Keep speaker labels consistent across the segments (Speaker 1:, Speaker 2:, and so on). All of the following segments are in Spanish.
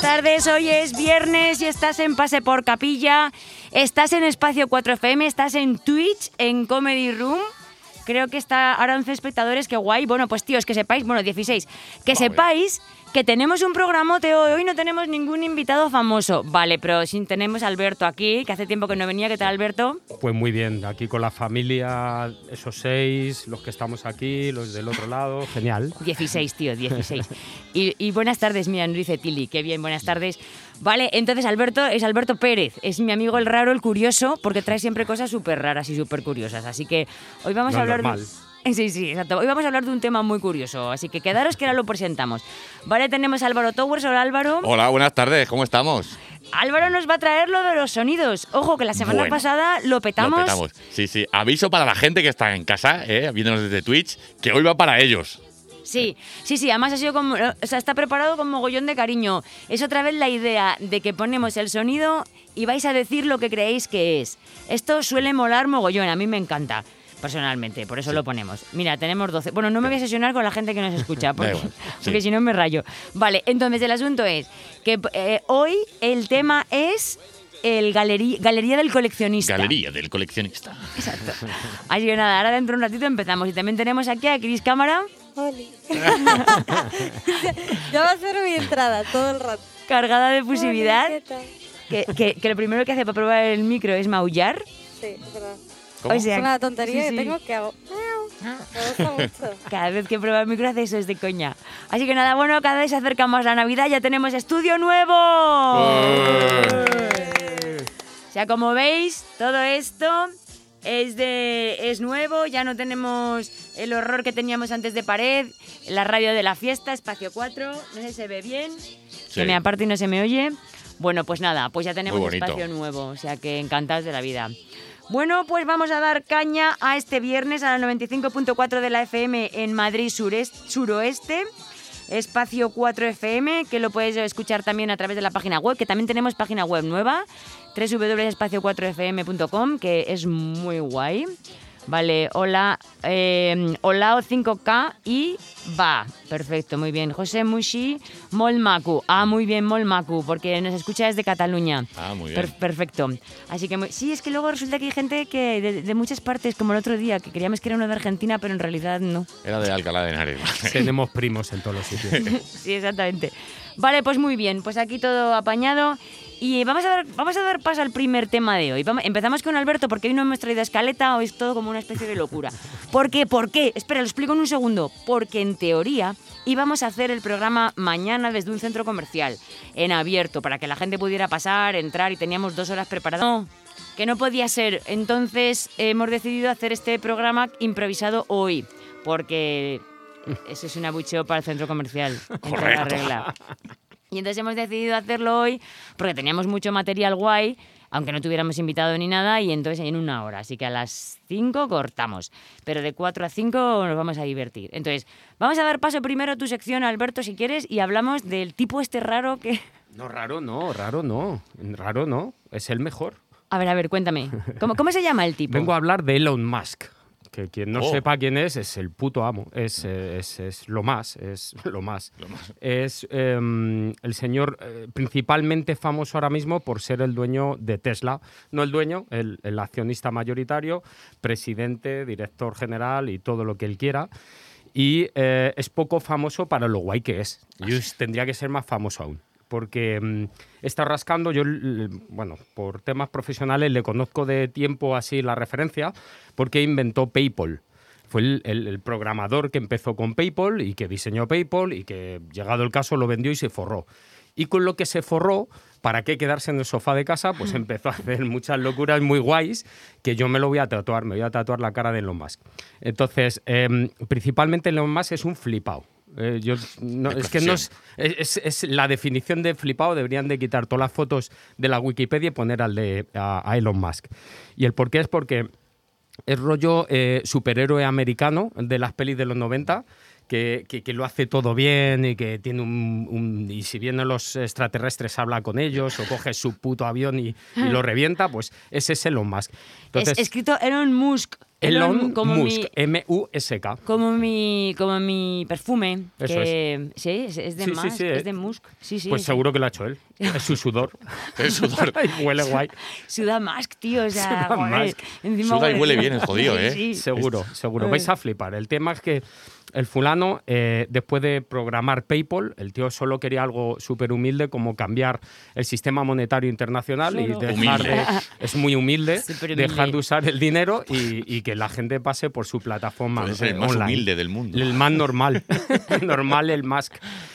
Speaker 1: tardes, hoy es viernes y estás en Pase por Capilla, estás en Espacio 4FM, estás en Twitch, en Comedy Room. Creo que está ahora 11 espectadores, qué guay. Bueno, pues tíos, que sepáis, bueno, 16, que sepáis que tenemos un programa de hoy, hoy no tenemos ningún invitado famoso. Vale, pero sí tenemos a Alberto aquí, que hace tiempo que no venía, ¿qué tal Alberto?
Speaker 2: Pues muy bien, aquí con la familia, esos seis, los que estamos aquí, los del otro lado, genial.
Speaker 1: 16, tío, 16. Y, y buenas tardes, mira, nos dice Tili, qué bien, buenas tardes. Vale, entonces Alberto es Alberto Pérez, es mi amigo el raro, el curioso, porque trae siempre cosas súper raras y súper curiosas. Así que hoy vamos
Speaker 2: No
Speaker 1: a hablar
Speaker 2: normal.
Speaker 1: de... Sí, sí, exacto. Hoy vamos a hablar de un tema muy curioso, así que quedaros que ahora lo presentamos. Vale, tenemos a Álvaro Towers. Hola Álvaro.
Speaker 3: Hola, buenas tardes, ¿cómo estamos?
Speaker 1: Álvaro nos va a traer lo de los sonidos. Ojo, que la semana
Speaker 3: Bueno.
Speaker 1: pasada lo petamos.
Speaker 3: Lo petamos. Sí, sí. Aviso para la gente que está en casa, eh, viéndonos desde Twitch, que hoy va para ellos.
Speaker 1: Sí, sí, sí. Además ha sido como, o sea, está preparado con mogollón de cariño. Es otra vez la idea de que ponemos el sonido y vais a decir lo que creéis que es. Esto suele molar mogollón. A mí me encanta. Personalmente, por eso lo ponemos. Mira, tenemos 12. Bueno, no me voy a sesionar con la gente que nos escucha, porque,
Speaker 3: igual, sí.
Speaker 1: porque si no me rayo. Vale, entonces el asunto es que eh, hoy el tema es el galerí- Galería del Coleccionista.
Speaker 3: Galería del coleccionista.
Speaker 1: Así que nada, ahora dentro de un ratito empezamos. Y también tenemos aquí a Cris Cámara.
Speaker 4: Oli. ya va a ser mi entrada todo el rato.
Speaker 1: cargada de fusividad.
Speaker 4: Oli, ¿qué tal?
Speaker 1: Que, que- que lo primero que hace para probar el micro es maullar.
Speaker 4: Sí, es verdad.
Speaker 3: ¿Cómo?
Speaker 1: O sea,
Speaker 4: Es una tontería
Speaker 1: sí, Ah.
Speaker 4: que
Speaker 1: sí.
Speaker 4: tengo que hago. Miau. Me gusta mucho.
Speaker 1: Cada vez que prueba el micro hace eso, es de coña. Así que nada, bueno, cada vez se acerca más la Navidad, ya tenemos estudio nuevo. O sea, como veis, todo esto es, de, es nuevo, ya no tenemos el horror que teníamos antes de pared, la radio de la fiesta, espacio 4, no sé si se ve bien, se me aparte y no se me oye. Bueno, pues nada, pues ya tenemos
Speaker 3: bonito.
Speaker 1: espacio nuevo, o sea que encantados de la vida. Bueno, pues vamos a dar caña a este viernes a la 95.4 de la FM en Madrid surest- suroeste. Espacio 4 FM, que lo puedes escuchar también a través de la página web, que también tenemos página web nueva, www.espacio4fm.com, que es muy guay. Vale, hola, eh, hola 5K y va. Perfecto, muy bien. José Mushi Molmaku. Ah, muy bien, Molmaku, porque nos escucha desde Cataluña.
Speaker 3: Ah, muy
Speaker 1: Per-
Speaker 3: bien.
Speaker 1: perfecto. Así que, muy- sí, es que luego resulta que hay gente que de, de muchas partes, como el otro día, que creíamos que era uno de Argentina, pero en realidad no.
Speaker 3: Era de Alcalá de Henares.
Speaker 2: Tenemos primos en todos los sitios.
Speaker 1: Sí, exactamente. Vale, pues muy bien, pues aquí todo apañado. Y vamos a dar, vamos a dar paso al primer tema de hoy. Vamos- empezamos con Alberto porque hoy no hemos traído escaleta, hoy es todo como una especie de locura. ¿Por qué? ¿Por qué? Espera, lo explico en un segundo. Porque en teoría íbamos a hacer el programa mañana desde un centro comercial, en abierto, para que la gente pudiera pasar, entrar y teníamos dos horas preparadas. No, que no podía ser. Entonces hemos decidido hacer este programa improvisado hoy, porque eso es un abucheo para el centro comercial. en toda la
Speaker 3: Correcto.
Speaker 1: regla. Y entonces hemos decidido hacerlo hoy porque teníamos mucho material guay, aunque no tuviéramos invitado ni nada, y entonces en una hora. Así que a las 5 cortamos, pero de 4 a 5 nos vamos a divertir. Entonces, vamos a dar paso primero a tu sección, Alberto, si quieres, y hablamos del tipo este raro que...
Speaker 2: No, raro no, raro no, raro no, es el mejor.
Speaker 1: A ver, a ver, cuéntame. ¿Cómo, cómo se llama el tipo?
Speaker 2: Vengo a hablar de Elon Musk. Que quien no
Speaker 3: Oh.
Speaker 2: sepa quién es, es el puto amo. Es, eh, es- es lo más, es lo más. Es eh, el señor eh, principalmente famoso ahora mismo por ser el dueño de Tesla. No el dueño, el, el accionista mayoritario, presidente, director general y todo lo que él quiera. Y eh, es poco famoso para lo guay que es. Yo tendría que ser más famoso aún porque mm, he estado rascando, yo, l- l- bueno, por temas profesionales le conozco de tiempo así la referencia, porque inventó PayPal. Fue el, el- el programador que empezó con PayPal y que diseñó PayPal y que, llegado el caso, lo vendió y se forró. Y con lo que se forró, ¿para qué quedarse en el sofá de casa? Pues empezó a hacer muchas locuras muy guays que yo me lo voy a tatuar, me voy a tatuar la cara de Elon Musk. Entonces, em, principalmente Elon Musk es un flipao. Eh, yo no-
Speaker 3: De
Speaker 2: es que no,
Speaker 3: profesión.
Speaker 2: es- es, es- es la definición de flipado. Deberían de quitar todas las fotos de la Wikipedia y poner al de a, a Elon Musk. Y el por qué es porque es rollo eh, superhéroe americano de las pelis de los 90 que, que- que lo hace todo bien y que tiene un, un- Y si vienen los extraterrestres, habla con ellos o coge su puto avión y, y lo revienta, pues ese es Elon Musk. Entonces,
Speaker 1: es escrito Elon Musk.
Speaker 2: Elon
Speaker 1: como
Speaker 2: Musk,
Speaker 1: Mi,
Speaker 2: M-U-S-K.
Speaker 1: como mi, como mi perfume.
Speaker 2: Eso
Speaker 1: que- Sí, es, es de
Speaker 2: Sí, sí,
Speaker 1: Musk,
Speaker 2: sí,
Speaker 1: es
Speaker 2: eh.
Speaker 1: de Musk. Sí, sí.
Speaker 2: Pues
Speaker 1: sí.
Speaker 2: seguro que lo ha hecho él. Es su sudor.
Speaker 3: El sudor.
Speaker 2: y huele guay.
Speaker 1: Suda Musk, tío. O sea,
Speaker 2: Suda
Speaker 1: joder,
Speaker 2: Musk.
Speaker 1: encima
Speaker 3: Suda y huele bien, el
Speaker 1: Sí,
Speaker 3: jodido, ¿eh?
Speaker 1: sí. eh.
Speaker 2: Seguro, seguro. Vais a flipar. El tema es que el fulano, eh, después de programar PayPal, el tío solo quería algo súper humilde como cambiar el sistema monetario internacional y
Speaker 1: Solo.
Speaker 2: dejar de-
Speaker 3: Humilde.
Speaker 2: es muy humilde,
Speaker 1: Superhumilde.
Speaker 2: dejar de usar el dinero y, y que la gente pase por su plataforma
Speaker 3: Puede ser el
Speaker 2: eh,
Speaker 3: más
Speaker 2: online.
Speaker 3: humilde del mundo.
Speaker 2: El más normal. normal el más...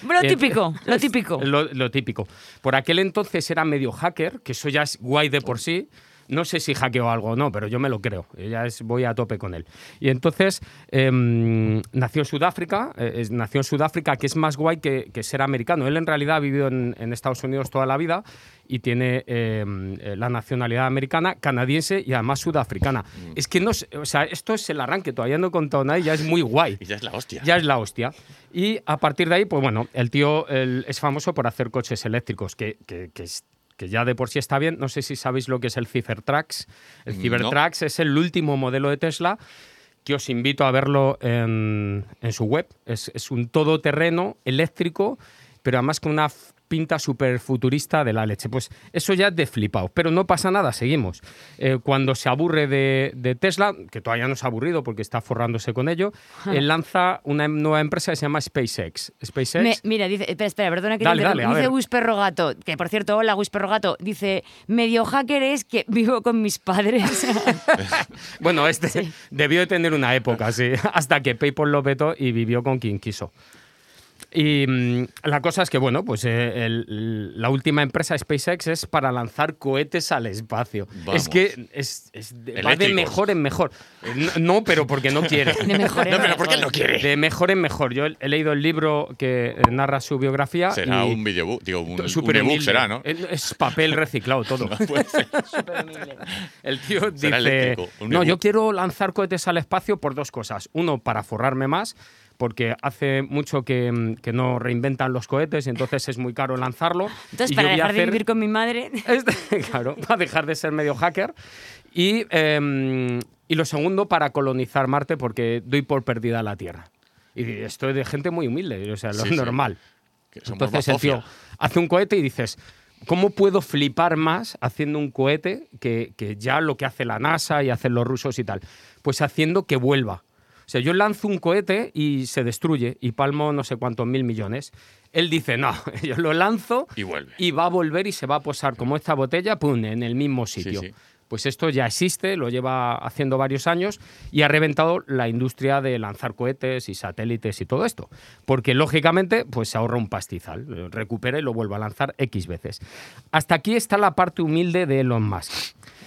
Speaker 1: Lo
Speaker 2: Eh,
Speaker 1: típico, lo típico.
Speaker 2: Lo, lo típico. Por aquel entonces era medio hacker, que eso ya es guay de por sí. No sé si hackeó algo o no, pero yo me lo creo. Yo Ya es, voy a tope con él. Y entonces em, nació en Sudáfrica, eh, es- nació en Sudáfrica, que es más guay que, que ser americano. Él en realidad ha vivido en, en Estados Unidos toda la vida y tiene em, eh, la nacionalidad americana, canadiense y además sudafricana. Es que no, sé, o sea, esto es el arranque, todavía no he contado nada y ya es muy guay.
Speaker 3: Y ya es la hostia.
Speaker 2: Ya es la hostia. Y a partir de ahí, pues bueno, el tío él es famoso por hacer coches eléctricos, que, que- que es- que ya de por sí está bien. No sé si sabéis lo que es el Cybertrax. El
Speaker 3: Mm, No.
Speaker 2: Cybertrax es el último modelo de Tesla que os invito a verlo en, en su web. Es, es un todoterreno eléctrico, pero además con una f- pinta súper futurista de la leche. Pues eso ya es de flipado, pero no pasa nada, seguimos. Eh, cuando se aburre de, de Tesla, que todavía no se ha aburrido porque está forrándose con ello, él lanza una em- nueva empresa que se llama SpaceX. SpaceX
Speaker 1: Me- mira, dice, espera, espera, perdona que
Speaker 2: Dale,
Speaker 1: te
Speaker 2: dale,
Speaker 1: interrumpa.
Speaker 2: a
Speaker 1: Dice
Speaker 2: ver.
Speaker 1: Whisperro Gato, que por cierto, hola Whisperro Gato, dice, medio hacker es que vivo con mis padres.
Speaker 2: Bueno, este debió de tener una época, sí, hasta que PayPal lo vetó y vivió con quien quiso. Y mm, la cosa es que, bueno, pues eh, el- la última empresa SpaceX es para lanzar cohetes al espacio.
Speaker 3: Vamos.
Speaker 2: Es que es, es de- va de
Speaker 3: Eléctricos.
Speaker 2: mejor en mejor. Eh, No, no, pero porque no quiere.
Speaker 1: De mejor en
Speaker 3: No, pero
Speaker 1: mejor.
Speaker 3: ¿por qué no quiere?
Speaker 2: De mejor en mejor. Yo he leído el libro que eh, narra su biografía.
Speaker 3: Será
Speaker 2: y-
Speaker 3: un videobook, digo, un, un
Speaker 2: súper
Speaker 3: ebook
Speaker 2: humilde.
Speaker 3: será, ¿no?
Speaker 2: Eh, Es papel reciclado todo.
Speaker 3: Puede ser.
Speaker 2: El tío dice,
Speaker 3: Será eléctrico, un
Speaker 2: no,
Speaker 3: ebook".
Speaker 2: yo quiero lanzar cohetes al espacio por dos cosas. Uno, para forrarme más, porque hace mucho que, mm, que no reinventan los cohetes y entonces es muy caro lanzarlo.
Speaker 1: Entonces,
Speaker 2: Y yo
Speaker 1: para
Speaker 2: voy a
Speaker 1: dejar de
Speaker 2: hacer-
Speaker 1: vivir con mi madre,
Speaker 2: Este- claro, para dejar de ser medio hacker. Y, em, y lo segundo, para colonizar Marte, porque doy por perdida la Tierra. Y estoy de gente muy humilde, o sea, lo
Speaker 3: Sí, sí.
Speaker 2: normal.
Speaker 3: Que somos
Speaker 2: Entonces el tío
Speaker 3: bazofia.
Speaker 2: hace un cohete y dices, ¿cómo puedo flipar más haciendo un cohete que, que ya lo que hace la NASA y hacen los rusos y tal? Pues haciendo que vuelva. O sea, yo lanzo un cohete y se destruye y palmo no sé cuántos mil millones. Él dice, no, yo lo lanzo
Speaker 3: Y vuelve.
Speaker 2: y va a volver y se va a posar como esta botella, pum, en el mismo sitio.
Speaker 3: sí.
Speaker 2: Pues esto ya existe, lo lleva haciendo varios años y ha reventado la industria de lanzar cohetes y satélites y todo esto. Porque lógicamente pues se ahorra un pastizal, eh, recupera y lo vuelve a lanzar X veces. Hasta aquí está la parte humilde de Elon Musk.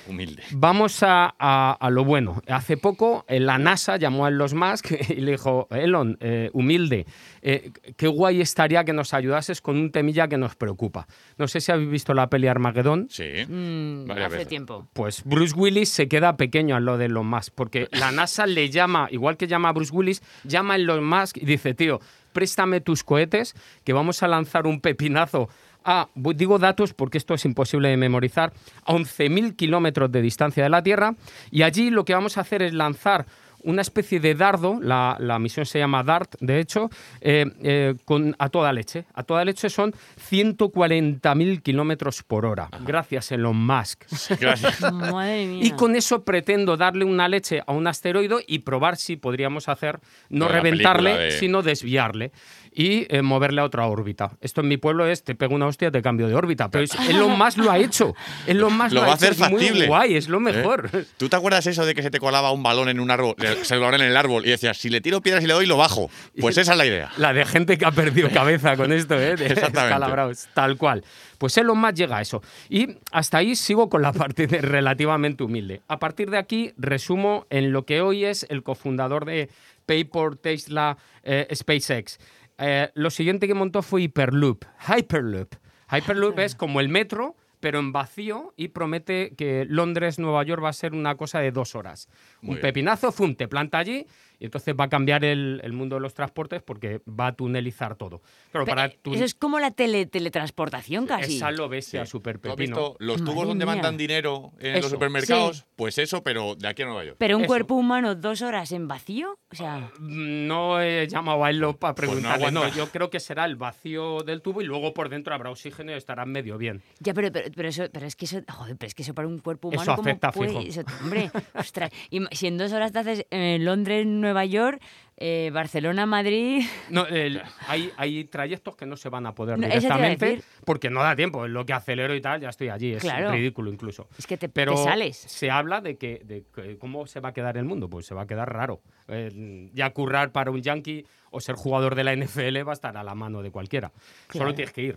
Speaker 3: Humilde.
Speaker 2: Vamos a, a- a lo bueno. Hace poco eh, la NASA llamó a Elon Musk y le dijo, Elon, eh, humilde, eh, qué guay estaría que nos ayudases con un temilla que nos preocupa. No sé si habéis visto la peli Armagedón.
Speaker 3: Sí.
Speaker 1: mm,
Speaker 3: Varias
Speaker 1: hace
Speaker 3: veces.
Speaker 1: tiempo.
Speaker 2: Pues Bruce Willis se queda pequeño a lo de Elon Musk, porque la NASA le llama, igual que llama a Bruce Willis, llama a Elon Musk y dice, tío, préstame tus cohetes, que vamos a lanzar un pepinazo a, bu- digo datos porque esto es imposible de memorizar, a 11.000 kilómetros de distancia de la Tierra, y allí lo que vamos a hacer es lanzar una especie de dardo, la, la misión se llama DART, de hecho, eh, eh, con, a toda leche. A toda leche son 140.000 kilómetros por hora, gracias Elon Musk.
Speaker 3: Gracias.
Speaker 1: Madre mía.
Speaker 2: Y con eso pretendo darle una leche a un asteroide y probar si podríamos hacer, no
Speaker 3: Lo de la
Speaker 2: reventarle,
Speaker 3: película de-
Speaker 2: sino desviarle y eh, moverle a otra órbita. Esto en mi pueblo es, te pego una hostia, te cambio de órbita. Pero es, lo más lo ha hecho. Es lo más
Speaker 3: Lo va a hacer
Speaker 2: es muy
Speaker 3: factible.
Speaker 2: guay, es lo
Speaker 3: ¿Eh?
Speaker 2: mejor.
Speaker 3: ¿Tú te acuerdas eso de que se te colaba un balón en un árbol, eh, se lo en el árbol y decías, si le tiro piedras y le doy, lo bajo? Pues esa es la idea.
Speaker 2: La de gente que ha perdido cabeza con esto, ¿eh? De
Speaker 3: Exactamente.
Speaker 2: descalabrados, tal cual. Pues Elon Musk llega a eso. Y hasta ahí sigo con la parte de relativamente humilde. A partir de aquí resumo en lo que hoy es el cofundador de PayPal, Tesla, eh, SpaceX. Eh, lo siguiente que montó fue Hyperloop. Hyperloop. Hyperloop es como el metro, pero en vacío y promete que Londres-Nueva York va a ser una cosa de dos horas. un
Speaker 3: Muy bien.
Speaker 2: pepinazo, zoom, te planta allí y entonces va a cambiar el, el mundo de los transportes porque va a tunelizar todo. Claro,
Speaker 1: Pe-
Speaker 2: para tu-
Speaker 1: Eso es como la tele- teletransportación casi.
Speaker 2: esa lo ves ya, super
Speaker 3: ¿Tú has
Speaker 2: pepino.
Speaker 3: visto los
Speaker 1: Madre
Speaker 3: tubos donde
Speaker 1: mía.
Speaker 3: mandan dinero en
Speaker 2: Eso.
Speaker 3: los supermercados? Pues eso, pero de aquí a Nueva York.
Speaker 1: Pero un
Speaker 2: Eso.
Speaker 1: cuerpo humano dos horas en vacío, o sea,
Speaker 2: Mm, No he llamado a Elon para
Speaker 3: Pues no
Speaker 2: preguntarle. no,
Speaker 3: aguanta.
Speaker 2: yo creo que será el vacío del tubo y luego por dentro habrá oxígeno y estará medio bien.
Speaker 1: ya, pero, pero, pero eso, pero es que eso, joder, pero es que eso para un cuerpo humano
Speaker 2: Eso
Speaker 1: ¿cómo
Speaker 2: afecta,
Speaker 1: puede-
Speaker 2: fijo.
Speaker 1: eso- hombre, ostras, y ma- si en dos horas te haces eh, Londres, Nueva York, eh, Barcelona, Madrid,
Speaker 2: No, el- hay, hay trayectos que no se van a poder
Speaker 1: No, eso te iba a
Speaker 2: directamente
Speaker 1: decir.
Speaker 2: porque no da tiempo. En lo que acelero y tal, ya estoy allí. Es
Speaker 1: Claro.
Speaker 2: ridículo incluso.
Speaker 1: es que te, te
Speaker 2: Pero
Speaker 1: sales.
Speaker 2: se habla de que, de que- cómo se va a quedar el mundo. Pues se va a quedar raro. Eh, ya currar para un yankee o ser jugador de la NFL va a estar a la mano de cualquiera.
Speaker 1: Claro.
Speaker 2: Solo tienes que ir.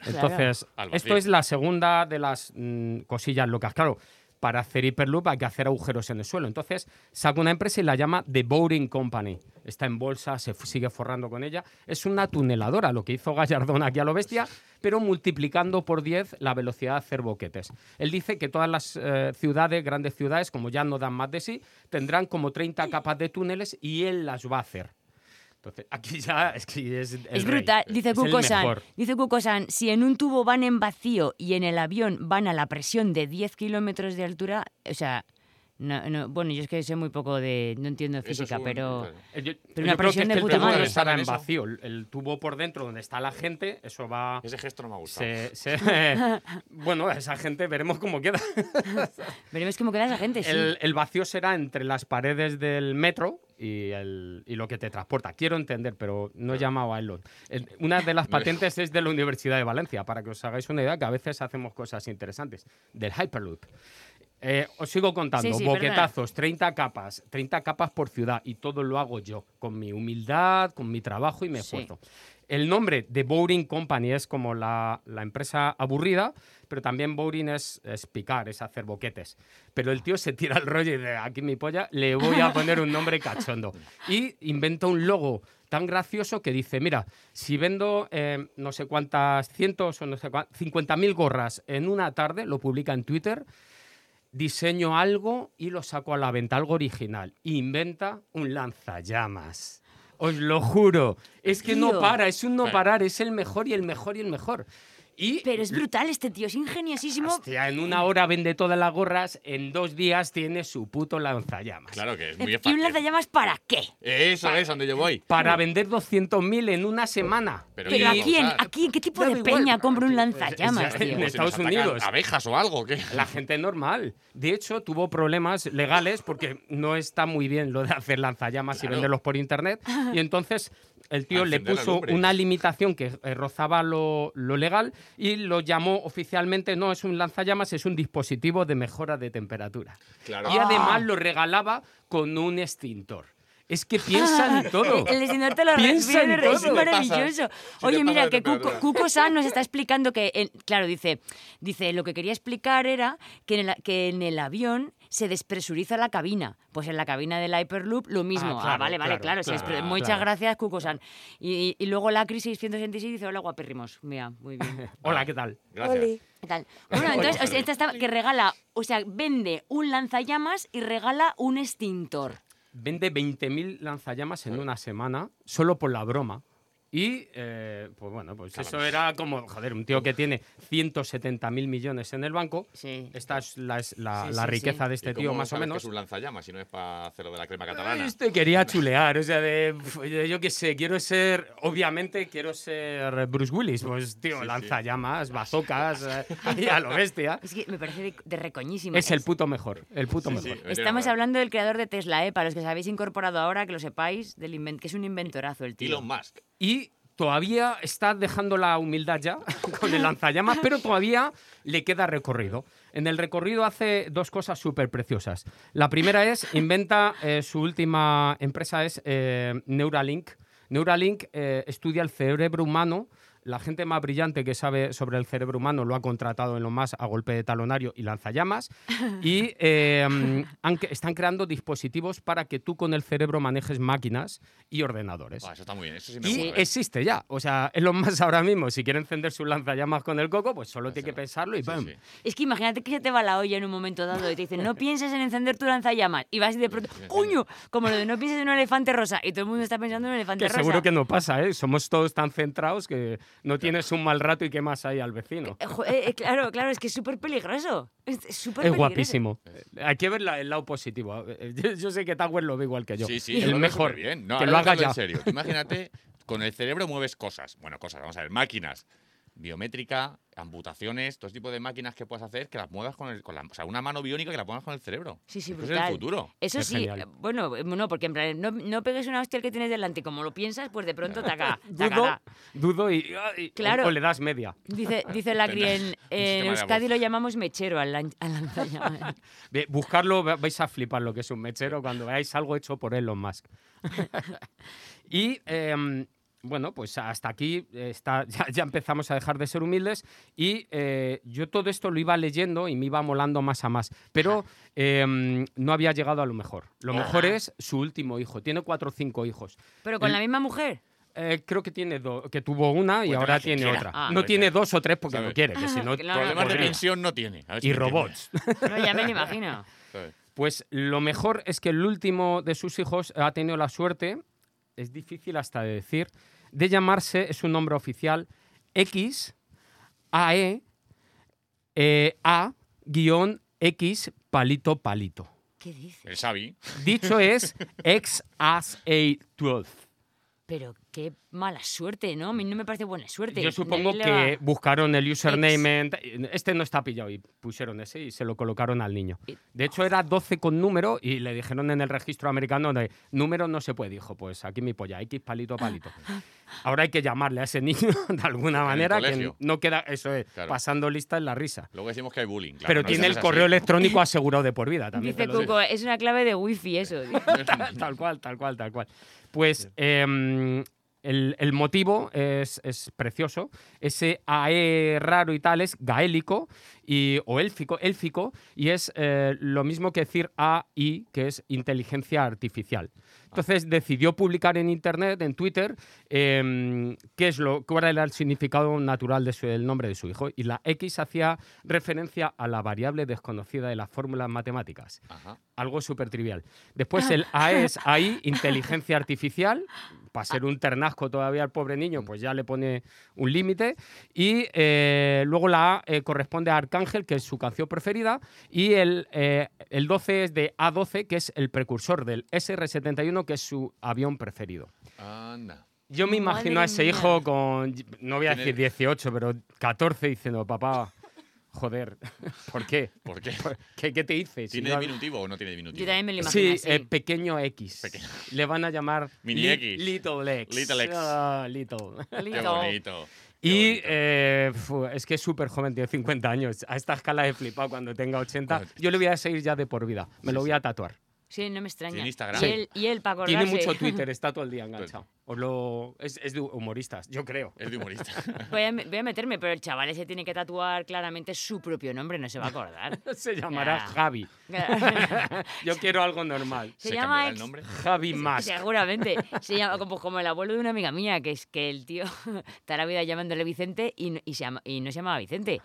Speaker 1: Claro.
Speaker 2: Entonces,
Speaker 3: Al vacío.
Speaker 2: esto es la segunda de las mm, cosillas locas. Claro, para hacer hiperloop hay que hacer agujeros en el suelo. Entonces, saca una empresa y la llama The Boring Company. Está en bolsa, se f- sigue forrando con ella. Es una tuneladora, lo que hizo Gallardón aquí a lo bestia, pero multiplicando por 10 la velocidad de hacer boquetes. Él dice que todas las eh, ciudades, grandes ciudades, como ya no dan más de sí, tendrán como 30 capas de túneles y él las va a hacer. Entonces, aquí ya es que es. el
Speaker 1: es
Speaker 2: rey.
Speaker 1: brutal, dice
Speaker 2: Es el
Speaker 1: Cucosan.
Speaker 2: mejor.
Speaker 1: Dice Cucosan, si en un tubo van en vacío y en el avión van a la presión de 10 kilómetros de altura, o sea, no, no, bueno, yo es que sé muy poco de, no entiendo
Speaker 3: Eso es
Speaker 1: física,
Speaker 3: un-
Speaker 1: pero...
Speaker 3: claro.
Speaker 2: Eh, Yo,
Speaker 1: Pero una
Speaker 2: yo creo que
Speaker 1: presión
Speaker 2: es
Speaker 1: de
Speaker 2: que el
Speaker 1: puta
Speaker 2: tubo
Speaker 1: madre.
Speaker 2: no estará
Speaker 3: ¿Saben
Speaker 2: en
Speaker 3: eso?
Speaker 2: vacío. El, el tubo por dentro, donde está la gente, eso va.
Speaker 3: Ese gesto no me ha gustado.
Speaker 2: se- se- bueno, esa gente veremos cómo queda.
Speaker 1: Veremos cómo queda esa gente, sí.
Speaker 2: El, el vacío será entre las paredes del metro y, el- y lo que te transporta. Quiero entender, pero no he llamado a Elon. El- Una de las patentes es de la Universidad de Valencia, para que os hagáis una idea, que a veces hacemos cosas interesantes. Del Hyperloop. Eh, os sigo contando,
Speaker 1: Sí, sí,
Speaker 2: boquetazos, 30 capas, 30 capas por ciudad y todo lo hago yo, con mi humildad, con mi trabajo y mi
Speaker 1: Sí.
Speaker 2: esfuerzo. El nombre de Boring Company es como la, la empresa aburrida, pero también Boring es, es picar, es hacer boquetes. Pero el tío se tira el rollo y dice, aquí mi polla, le voy a poner un nombre cachondo. Y inventa un logo tan gracioso que dice, mira, si vendo eh, no sé cuántas cientos o no sé cuántas, 50.000 gorras en una tarde, lo publica en Twitter, diseño algo y lo saco a la venta, algo original. Inventa un lanzallamas. Os lo juro. Es que no
Speaker 1: Tío.
Speaker 2: para, es un no
Speaker 3: Claro.
Speaker 2: parar, es el mejor y el mejor y el mejor. Y
Speaker 1: Pero es brutal este tío, es ingeniosísimo.
Speaker 2: hostia, en una hora vende todas las gorras, en dos días tiene su puto lanzallamas.
Speaker 3: Claro que es muy
Speaker 1: Eh, ¿Y un
Speaker 3: fácil.
Speaker 1: lanzallamas para qué?
Speaker 3: Eso es, donde yo voy.
Speaker 2: Para vender 200.000 en una semana.
Speaker 3: Pero
Speaker 1: ¿Pero a
Speaker 3: y-
Speaker 1: quién?
Speaker 3: o sea,
Speaker 1: ¿A quién? ¿Qué tipo
Speaker 2: da
Speaker 1: de
Speaker 2: igual.
Speaker 1: peña compra un
Speaker 2: Es-
Speaker 1: lanzallamas,
Speaker 2: es-
Speaker 1: tío?
Speaker 2: en
Speaker 3: Como si nos
Speaker 2: Estados
Speaker 3: atacan
Speaker 2: Unidos. Este
Speaker 3: ¿Abejas o algo? ¿qué?
Speaker 2: La gente normal. De hecho, tuvo problemas legales porque no está muy bien lo de hacer lanzallamas y
Speaker 3: Claro.
Speaker 2: venderlos por internet. Y entonces el tío le
Speaker 3: Encender la
Speaker 2: puso
Speaker 3: lumbre.
Speaker 2: una limitación que eh, rozaba lo, lo legal y lo llamó oficialmente, no es un lanzallamas, es un dispositivo de mejora de temperatura.
Speaker 3: Claro.
Speaker 2: Y además lo regalaba con un extintor. Es que piensa en todo.
Speaker 1: El diseñador te lo
Speaker 2: Piensa en
Speaker 1: refiere,
Speaker 2: todo.
Speaker 1: es
Speaker 2: Si te
Speaker 1: maravilloso.
Speaker 3: pasas, si te
Speaker 1: Oye,
Speaker 3: pasas
Speaker 1: mira,
Speaker 3: de
Speaker 1: que Cuco,
Speaker 3: temperatura.
Speaker 1: Cuco San nos está explicando que, en- claro, dice, dice, lo que quería explicar era que en, el, que en el avión se despresuriza la cabina. Pues en la cabina del Hyperloop lo mismo. Ah,
Speaker 2: Ah, claro,
Speaker 1: vale, vale,
Speaker 2: claro,
Speaker 1: claro. se
Speaker 2: claro,
Speaker 1: despre-
Speaker 2: ah,
Speaker 1: Muchas
Speaker 2: claro.
Speaker 1: gracias, Cuco San. Y, y luego la Cris 666 dice, hola, guapérrimos. Mira, muy bien.
Speaker 2: Hola, ¿qué tal?
Speaker 3: Gracias.
Speaker 4: Oli.
Speaker 1: ¿Qué tal? Bueno,
Speaker 3: Oye,
Speaker 1: entonces,
Speaker 3: ojalá.
Speaker 1: o sea, esta está, que regala, o sea, vende un lanzallamas y regala un extintor.
Speaker 2: Vende 20.000 lanzallamas en una semana, solo por la broma. Y, eh, pues bueno, pues eso era como, joder, un tío que tiene 170.000 millones en el banco.
Speaker 1: Sí.
Speaker 2: Esta es la, es la-
Speaker 1: Sí,
Speaker 2: la
Speaker 1: sí,
Speaker 2: riqueza
Speaker 1: sí.
Speaker 2: de
Speaker 3: ¿Y
Speaker 2: este
Speaker 3: cómo
Speaker 2: tío, más o
Speaker 3: sabes que
Speaker 2: menos.
Speaker 3: Es un lanzallamas, si no es para hacer lo de la crema catalana.
Speaker 2: Este quería chulear, o sea, de, pf, yo- yo qué sé, quiero ser, obviamente quiero ser Bruce Willis, pues tío, lanzallamas, bazocas, eh, ahí a lo bestia.
Speaker 1: Es que me parece de, de recoñísima.
Speaker 2: Es el puto mejor, el puto
Speaker 3: Sí,
Speaker 2: mejor.
Speaker 3: sí,
Speaker 1: Estamos
Speaker 3: mira,
Speaker 1: hablando del creador de Tesla, ¿eh? para los que os habéis incorporado ahora, que lo sepáis, del inven- que es un inventorazo el tío.
Speaker 3: Elon Musk.
Speaker 2: Y todavía está dejando la humildad ya con el lanzallamas, pero todavía le queda recorrido. En el recorrido hace dos cosas súper preciosas. La primera es, inventa, eh, su última empresa es eh, Neuralink. Neuralink eh, estudia el cerebro humano la gente más brillante que sabe sobre el cerebro humano lo ha contratado en lo más a golpe de talonario y lanzallamas. y eh, han cre- están creando dispositivos para que tú con el cerebro manejes máquinas y ordenadores.
Speaker 3: Buah, Ah, eso está muy bien. Eso sí me
Speaker 2: Y
Speaker 3: gusta, ¿eh?
Speaker 2: existe ya. O sea, Elon Musk ahora mismo, si quiere encender su lanzallamas con el coco, pues solo tiene que pensarlo y
Speaker 3: Sí,
Speaker 2: ¡pam!
Speaker 3: sí.
Speaker 1: Es que imagínate que se te va la olla en un momento dado y te dicen, no pienses en encender tu lanzallamas. Y vas y de pronto, ¡coño! Como lo de no pienses en un elefante rosa. Y todo el mundo está pensando en un elefante
Speaker 2: Que
Speaker 1: rosa.
Speaker 2: seguro que no pasa, ¿eh? Somos todos tan centrados que no tienes un mal rato y quemas ahí al vecino.
Speaker 1: Eh, jo- eh, eh, claro, claro, es que es súper peligroso. Es es súper
Speaker 2: Es
Speaker 1: peligroso.
Speaker 2: guapísimo. Eh, Hay que ver la- el lado positivo. Eh, Yo, yo sé que Tower lo ve igual que yo.
Speaker 3: Sí, sí,
Speaker 2: el
Speaker 3: lo veo
Speaker 2: mejor.
Speaker 3: superbién. No,
Speaker 2: que
Speaker 3: ahora
Speaker 2: lo haga
Speaker 3: hablando
Speaker 2: ya.
Speaker 3: En serio, tú imagínate, con el cerebro mueves cosas. Bueno, cosas, vamos a ver, máquinas. Biométrica, amputaciones, todo tipo de máquinas que puedas hacer que las muevas con, el, con la, o sea, una mano biónica que la muevas con el cerebro.
Speaker 1: Sí, sí,
Speaker 3: Eso
Speaker 1: brutal.
Speaker 3: Es el futuro.
Speaker 1: Eso
Speaker 2: Es
Speaker 1: sí,
Speaker 2: genial.
Speaker 1: eh, bueno, eh, no, porque en plan, no, no pegues una hostia al que tienes delante. Como lo piensas, pues de pronto te acá.
Speaker 2: Dudo, dudo y, y-
Speaker 1: Claro.
Speaker 2: o, o le das media.
Speaker 1: Dice, dice Lagri,
Speaker 3: Tendrás
Speaker 1: en,
Speaker 3: un
Speaker 1: en
Speaker 3: sistema de
Speaker 1: Euskadi
Speaker 3: voz.
Speaker 1: lo llamamos mechero al, lan- al lanzallamas.
Speaker 2: Ve, Buscarlo, va- vais a flipar lo que es un mechero cuando veáis algo hecho por Elon Musk. y eh, bueno, pues hasta aquí eh, está, ya, ya empezamos a dejar de ser humildes y eh, yo todo esto lo iba leyendo y me iba molando más a más, pero eh, no había llegado a lo mejor. Lo mejor es su último hijo, tiene cuatro o cinco hijos.
Speaker 1: Pero con
Speaker 2: El-
Speaker 1: la misma mujer.
Speaker 2: Eh, creo que tiene do- que tuvo una y
Speaker 3: Cuéntame
Speaker 2: ahora
Speaker 3: la que
Speaker 2: tiene
Speaker 3: quiera.
Speaker 2: otra.
Speaker 1: Ah.
Speaker 2: no tiene dos o tres porque no
Speaker 3: ¿Sabes?
Speaker 2: quiere, que si no
Speaker 1: Claro.
Speaker 3: Problemas de
Speaker 2: podría.
Speaker 3: pensión no tiene. A ver si
Speaker 2: y
Speaker 3: me entiendes.
Speaker 2: robots.
Speaker 1: No, ya me lo imagino.
Speaker 3: ¿Sabes?
Speaker 2: Pues lo mejor es que el último de sus hijos ha tenido la suerte, es difícil hasta de decir, de llamarse, es un nombre oficial, X AE A guión X palito palito.
Speaker 1: ¿Qué dices?
Speaker 3: El Xavi.
Speaker 2: Dicho es X as A E 12.
Speaker 1: Pero qué mala suerte, ¿no? A mí no me parece buena suerte.
Speaker 2: Yo supongo
Speaker 1: Nadie le va-
Speaker 2: que buscaron el username. en- Este no está pillado y pusieron ese y se lo colocaron al niño.
Speaker 1: Y- oh.
Speaker 2: De hecho, era 12 con número y le dijeron en el registro americano de número no se puede. Dijo, pues aquí mi polla, X palito palito. Ahora hay que llamarle a ese niño de alguna manera que
Speaker 3: colegio.
Speaker 2: no queda, eso es,
Speaker 3: Claro.
Speaker 2: pasando lista en la risa.
Speaker 3: Luego decimos que hay bullying. claro,
Speaker 2: Pero
Speaker 3: no
Speaker 2: tiene
Speaker 3: seas
Speaker 2: el
Speaker 3: así.
Speaker 2: correo electrónico asegurado de por vida también. te
Speaker 1: Dice
Speaker 2: lo digo.
Speaker 1: Cuco, es una clave de wifi eso.
Speaker 2: tal, tal cual, tal cual, tal cual. Pues em, el, el motivo es, es precioso. Ese AE raro y tal es gaélico y, o élfico, élfico y es eh, lo mismo que decir AI, que es inteligencia artificial. Entonces decidió publicar en Internet, en Twitter, em, qué es lo, cuál era el significado natural del nombre de su hijo. Y la X hacía referencia a la variable desconocida de las fórmulas matemáticas
Speaker 3: Ajá.
Speaker 2: algo súper trivial. Después el A es ahí, inteligencia artificial, para ser un ternasco todavía al pobre niño, pues ya le pone un límite. Y eh, luego la A eh, corresponde a Arcángel, que es su canción preferida. Y el, eh, el 12 es de A12, que es el precursor del SR-71, que es su avión preferido.
Speaker 3: Anda.
Speaker 2: Yo me imagino a
Speaker 1: Madre
Speaker 2: ese
Speaker 1: mía.
Speaker 2: hijo con, no voy a
Speaker 3: Tiene-
Speaker 2: decir 18, pero 14 diciendo, papá, joder, ¿por qué?
Speaker 3: ¿Por qué?
Speaker 2: ¿Qué, qué te hice? Pues, Si
Speaker 3: ¿Tiene
Speaker 2: yo-
Speaker 3: diminutivo o no tiene diminutivo?
Speaker 1: Yo también me lo imagino
Speaker 2: Sí,
Speaker 1: así.
Speaker 2: eh, pequeño X. Le van a llamar
Speaker 3: Mini
Speaker 2: Li-
Speaker 3: X.
Speaker 2: Little X.
Speaker 3: Little X.
Speaker 2: Ah, little.
Speaker 3: Qué
Speaker 1: Lindo.
Speaker 3: bonito. qué
Speaker 2: Y
Speaker 3: bonito.
Speaker 2: eh, fu, es que es súper joven, tiene 50 años. A esta escala he flipado cuando tenga 80.
Speaker 3: Cuando-
Speaker 2: Yo le voy a seguir ya de por vida. Me lo voy a tatuar.
Speaker 1: Sí, no me extraña.
Speaker 3: Tiene Instagram.
Speaker 1: Y él, y él para acordarse.
Speaker 2: Tiene mucho Twitter, está todo el día enganchado. Os lo... es, es de humoristas, yo creo.
Speaker 3: Es de humorista.
Speaker 1: Voy a, voy a meterme, pero el chaval ese tiene que tatuar claramente su propio nombre, no se va a acordar.
Speaker 2: Se llamará
Speaker 1: Ah.
Speaker 2: Javi. Yo quiero algo normal.
Speaker 1: Se
Speaker 3: ¿Se
Speaker 1: llama
Speaker 3: cambiará el
Speaker 1: ex-
Speaker 3: nombre?
Speaker 2: Javi más.
Speaker 1: Seguramente. Se llama como, como el abuelo de una amiga mía, que es que el tío está la vida llamándole Vicente y, no- y se llama- y no se llamaba Vicente.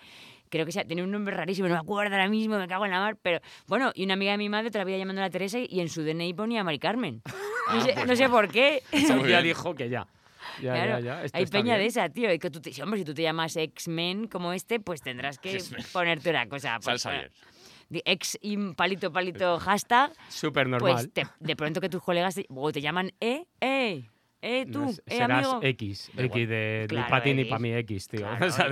Speaker 1: Creo que se- tiene un nombre rarísimo, no me acuerdo ahora mismo, me cago en la mar. Pero bueno, y una amiga de mi madre otra vida llamándola Teresa y en su DNI ponía Mari Carmen. No,
Speaker 3: Ah,
Speaker 1: sé,
Speaker 3: pues
Speaker 1: no sé por qué.
Speaker 3: Muy
Speaker 2: Ya
Speaker 3: bien.
Speaker 2: dijo que ya. Ya,
Speaker 1: Claro,
Speaker 2: ya, ya. Esto
Speaker 1: hay
Speaker 2: está
Speaker 1: peña de
Speaker 2: bien.
Speaker 1: esa, tío. y que tú te- si, hombre, si tú te llamas X-Men como este, pues tendrás que
Speaker 3: X-Men.
Speaker 1: ponerte una cosa. pues,
Speaker 3: Salsa
Speaker 1: bueno,
Speaker 3: bien.
Speaker 1: de Ex y un palito palito hashtag.
Speaker 2: Súper normal.
Speaker 1: Pues te- de pronto que tus colegas te- o te llaman eh, eh, eh tú,
Speaker 2: No es-
Speaker 1: eh
Speaker 2: serás
Speaker 1: amigo.
Speaker 2: X,
Speaker 3: Da
Speaker 2: X
Speaker 3: igual.
Speaker 2: de
Speaker 1: Claro,
Speaker 2: ni para ti ni
Speaker 1: X.
Speaker 2: para mí X, tío.
Speaker 1: Claro,
Speaker 2: o sea,
Speaker 1: vamos,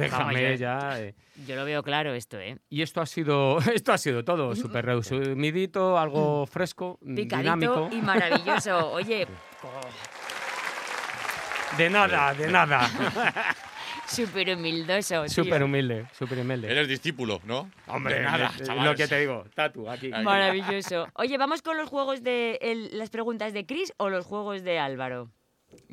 Speaker 1: ya.
Speaker 2: déjame ya. eh.
Speaker 1: Yo lo veo claro esto, ¿eh?
Speaker 2: Y esto ha sido, esto ha sido todo, súper resumidito, algo fresco, mm,
Speaker 1: Picadito
Speaker 2: dinámico.
Speaker 1: y maravilloso. Oye, co-
Speaker 2: De nada, de nada.
Speaker 1: súper humildoso. tío.
Speaker 2: Súper humilde, súper humilde.
Speaker 3: Eres discípulo, ¿no?
Speaker 2: Hombre,
Speaker 3: De
Speaker 2: nada,
Speaker 3: nada,
Speaker 2: lo
Speaker 3: chavales.
Speaker 2: que te digo, tatu aquí.
Speaker 3: Ay.
Speaker 1: Maravilloso. Oye, ¿vamos con los juegos de el- las preguntas de Chris o los juegos de Álvaro?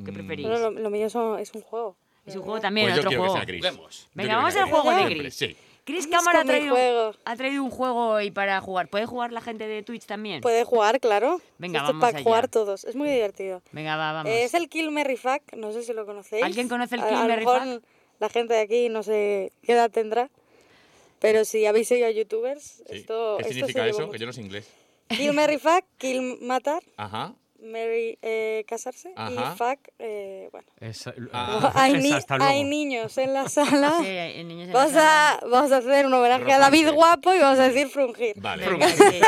Speaker 1: ¿Qué
Speaker 3: Mm.
Speaker 1: preferís?
Speaker 4: Pero lo, lo mío es un, es un juego.
Speaker 1: Es un juego también,
Speaker 3: Pues yo
Speaker 1: otro
Speaker 3: quiero que
Speaker 1: juego.
Speaker 3: sea gris.
Speaker 5: Vemos.
Speaker 1: Venga, vamos al juego de Gris.
Speaker 3: Sí.
Speaker 1: Chris
Speaker 4: Vamos
Speaker 1: Cámara ha
Speaker 4: con mi
Speaker 1: traído,
Speaker 4: juego.
Speaker 1: ha traído un juego hoy para jugar. ¿Puede jugar la gente de Twitch también?
Speaker 4: Puede jugar, claro.
Speaker 1: Venga,
Speaker 4: Esto es
Speaker 1: vamos
Speaker 4: para
Speaker 1: allá.
Speaker 4: jugar todos. Es muy divertido.
Speaker 1: Venga, va, vamos.
Speaker 4: Eh, es el Kill Mary Fuck, no sé si lo conocéis.
Speaker 1: ¿Alguien conoce el
Speaker 4: A-
Speaker 1: Kill
Speaker 4: a lo
Speaker 1: Mary
Speaker 4: mejor
Speaker 1: Fuck?
Speaker 4: La gente de aquí no sé qué edad tendrá. Pero si habéis seguido a youtubers,
Speaker 3: Sí.
Speaker 4: esto,
Speaker 3: ¿Qué
Speaker 4: esto
Speaker 3: significa
Speaker 4: se
Speaker 3: eso?
Speaker 4: llevó
Speaker 3: Que
Speaker 4: mucho.
Speaker 3: yo no sé inglés.
Speaker 4: Kill Mary Fuck, Kill Matar,
Speaker 3: Ajá.
Speaker 4: Mary eh, casarse
Speaker 3: Ajá.
Speaker 4: y Fuck, eh, bueno.
Speaker 2: Esa-
Speaker 3: Ah.
Speaker 4: hay,
Speaker 2: esa,
Speaker 4: ni-
Speaker 2: hasta
Speaker 4: hay
Speaker 2: luego.
Speaker 4: niños en la sala.
Speaker 1: Sí, eh, niños en la
Speaker 4: Ah, Vamos
Speaker 1: sala.
Speaker 4: a, vamos a hacer un homenaje a David
Speaker 3: Frungir.
Speaker 4: Guapo y vamos a decir frungir.
Speaker 3: Vale.
Speaker 1: Venga, sí.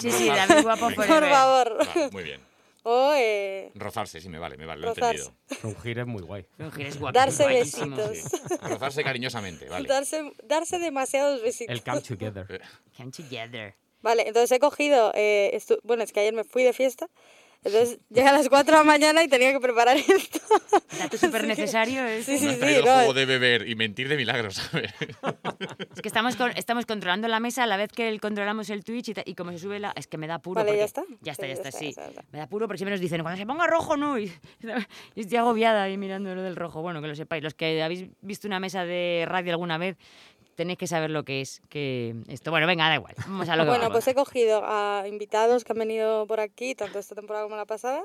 Speaker 1: Sí, sí, David Guapo
Speaker 3: Venga.
Speaker 4: Por
Speaker 1: forever.
Speaker 4: favor.
Speaker 3: Vale, muy bien.
Speaker 4: O eh,
Speaker 3: Rozarse, sí, me vale, me vale, lo he
Speaker 4: Rozarse.
Speaker 3: entendido.
Speaker 2: Frungir es muy guay.
Speaker 1: Frungir es guapo,
Speaker 4: darse
Speaker 1: guapísimo.
Speaker 4: besitos.
Speaker 3: Sí. Rozarse cariñosamente, vale.
Speaker 4: Darse, darse demasiados besitos.
Speaker 2: El Come Together.
Speaker 3: Eh,
Speaker 1: Come together.
Speaker 4: Vale, entonces he cogido, eh, estu- bueno, es que ayer me fui de fiesta, entonces llegué a las 4 de la mañana y tenía que preparar esto.
Speaker 1: Dato súper necesario ¿eh? es,
Speaker 4: Sí,
Speaker 3: No
Speaker 4: sí,
Speaker 3: has
Speaker 4: sí,
Speaker 3: traído
Speaker 4: no,
Speaker 3: juego de beber y mentir de milagros, ¿sabes?
Speaker 1: es que estamos, con- estamos controlando la mesa a la vez que el- controlamos el Twitch y, ta- y como se sube la... Es que me da puro.
Speaker 4: Vale,
Speaker 1: porque-
Speaker 4: ¿ya está?
Speaker 1: Ya está,
Speaker 4: Sí,
Speaker 1: ya está, sí.
Speaker 4: ya está.
Speaker 1: Me da puro porque siempre nos dicen, cuando se ponga rojo, no. Y, y estoy agobiada ahí mirando lo del rojo. Bueno, que lo sepáis. Los que habéis visto una mesa de radio alguna vez, tenéis que saber lo que es que esto. Bueno, venga, da igual. Vamos a lo que
Speaker 4: Bueno,
Speaker 1: vamos.
Speaker 4: pues he cogido a invitados que han venido por aquí, tanto esta temporada como la pasada,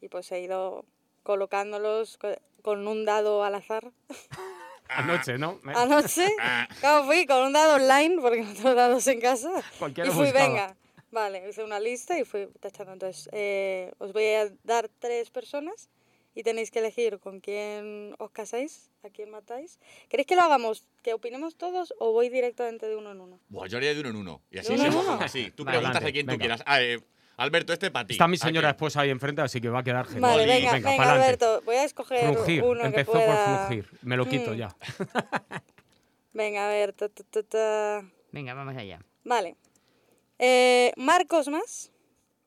Speaker 4: y pues he ido colocándolos co- con un dado al azar.
Speaker 2: Anoche, ¿no?
Speaker 4: Ah.
Speaker 2: Eh,
Speaker 4: Anoche, claro, fui con un dado online, porque no tengo dados en casa.
Speaker 2: Cualquiera
Speaker 4: y fui,
Speaker 2: buscaba.
Speaker 4: venga. Vale, hice una lista y fui tachando. Entonces, eh, os voy a dar tres personas y tenéis que elegir con quién os casáis, a quién matáis. ¿Queréis que lo hagamos? ¿Que opinemos todos o voy directamente de uno en uno?
Speaker 3: Buah, yo haría de uno en uno. Y así
Speaker 4: ¿De uno en
Speaker 3: hacemos
Speaker 4: uno?
Speaker 3: como así. Tú
Speaker 2: Vale,
Speaker 3: preguntas
Speaker 2: adelante,
Speaker 3: a quien tú
Speaker 2: venga.
Speaker 3: quieras. Ah, eh, Alberto, este para ti.
Speaker 2: Está mi
Speaker 3: ¿A
Speaker 2: señora
Speaker 3: qué?
Speaker 2: esposa ahí enfrente, así que va a quedar genial.
Speaker 4: Vale,
Speaker 3: Molly.
Speaker 4: venga, venga,
Speaker 2: pa'lante.
Speaker 4: Alberto, voy a escoger
Speaker 2: Frungir.
Speaker 4: uno que
Speaker 2: Empezó
Speaker 4: pueda...
Speaker 2: por frungir. Me lo quito
Speaker 4: Mm.
Speaker 2: ya.
Speaker 4: Venga, a ver, ta, ta, ta, ta.
Speaker 1: Venga, vamos allá.
Speaker 4: Vale. Eh, Marcos Más,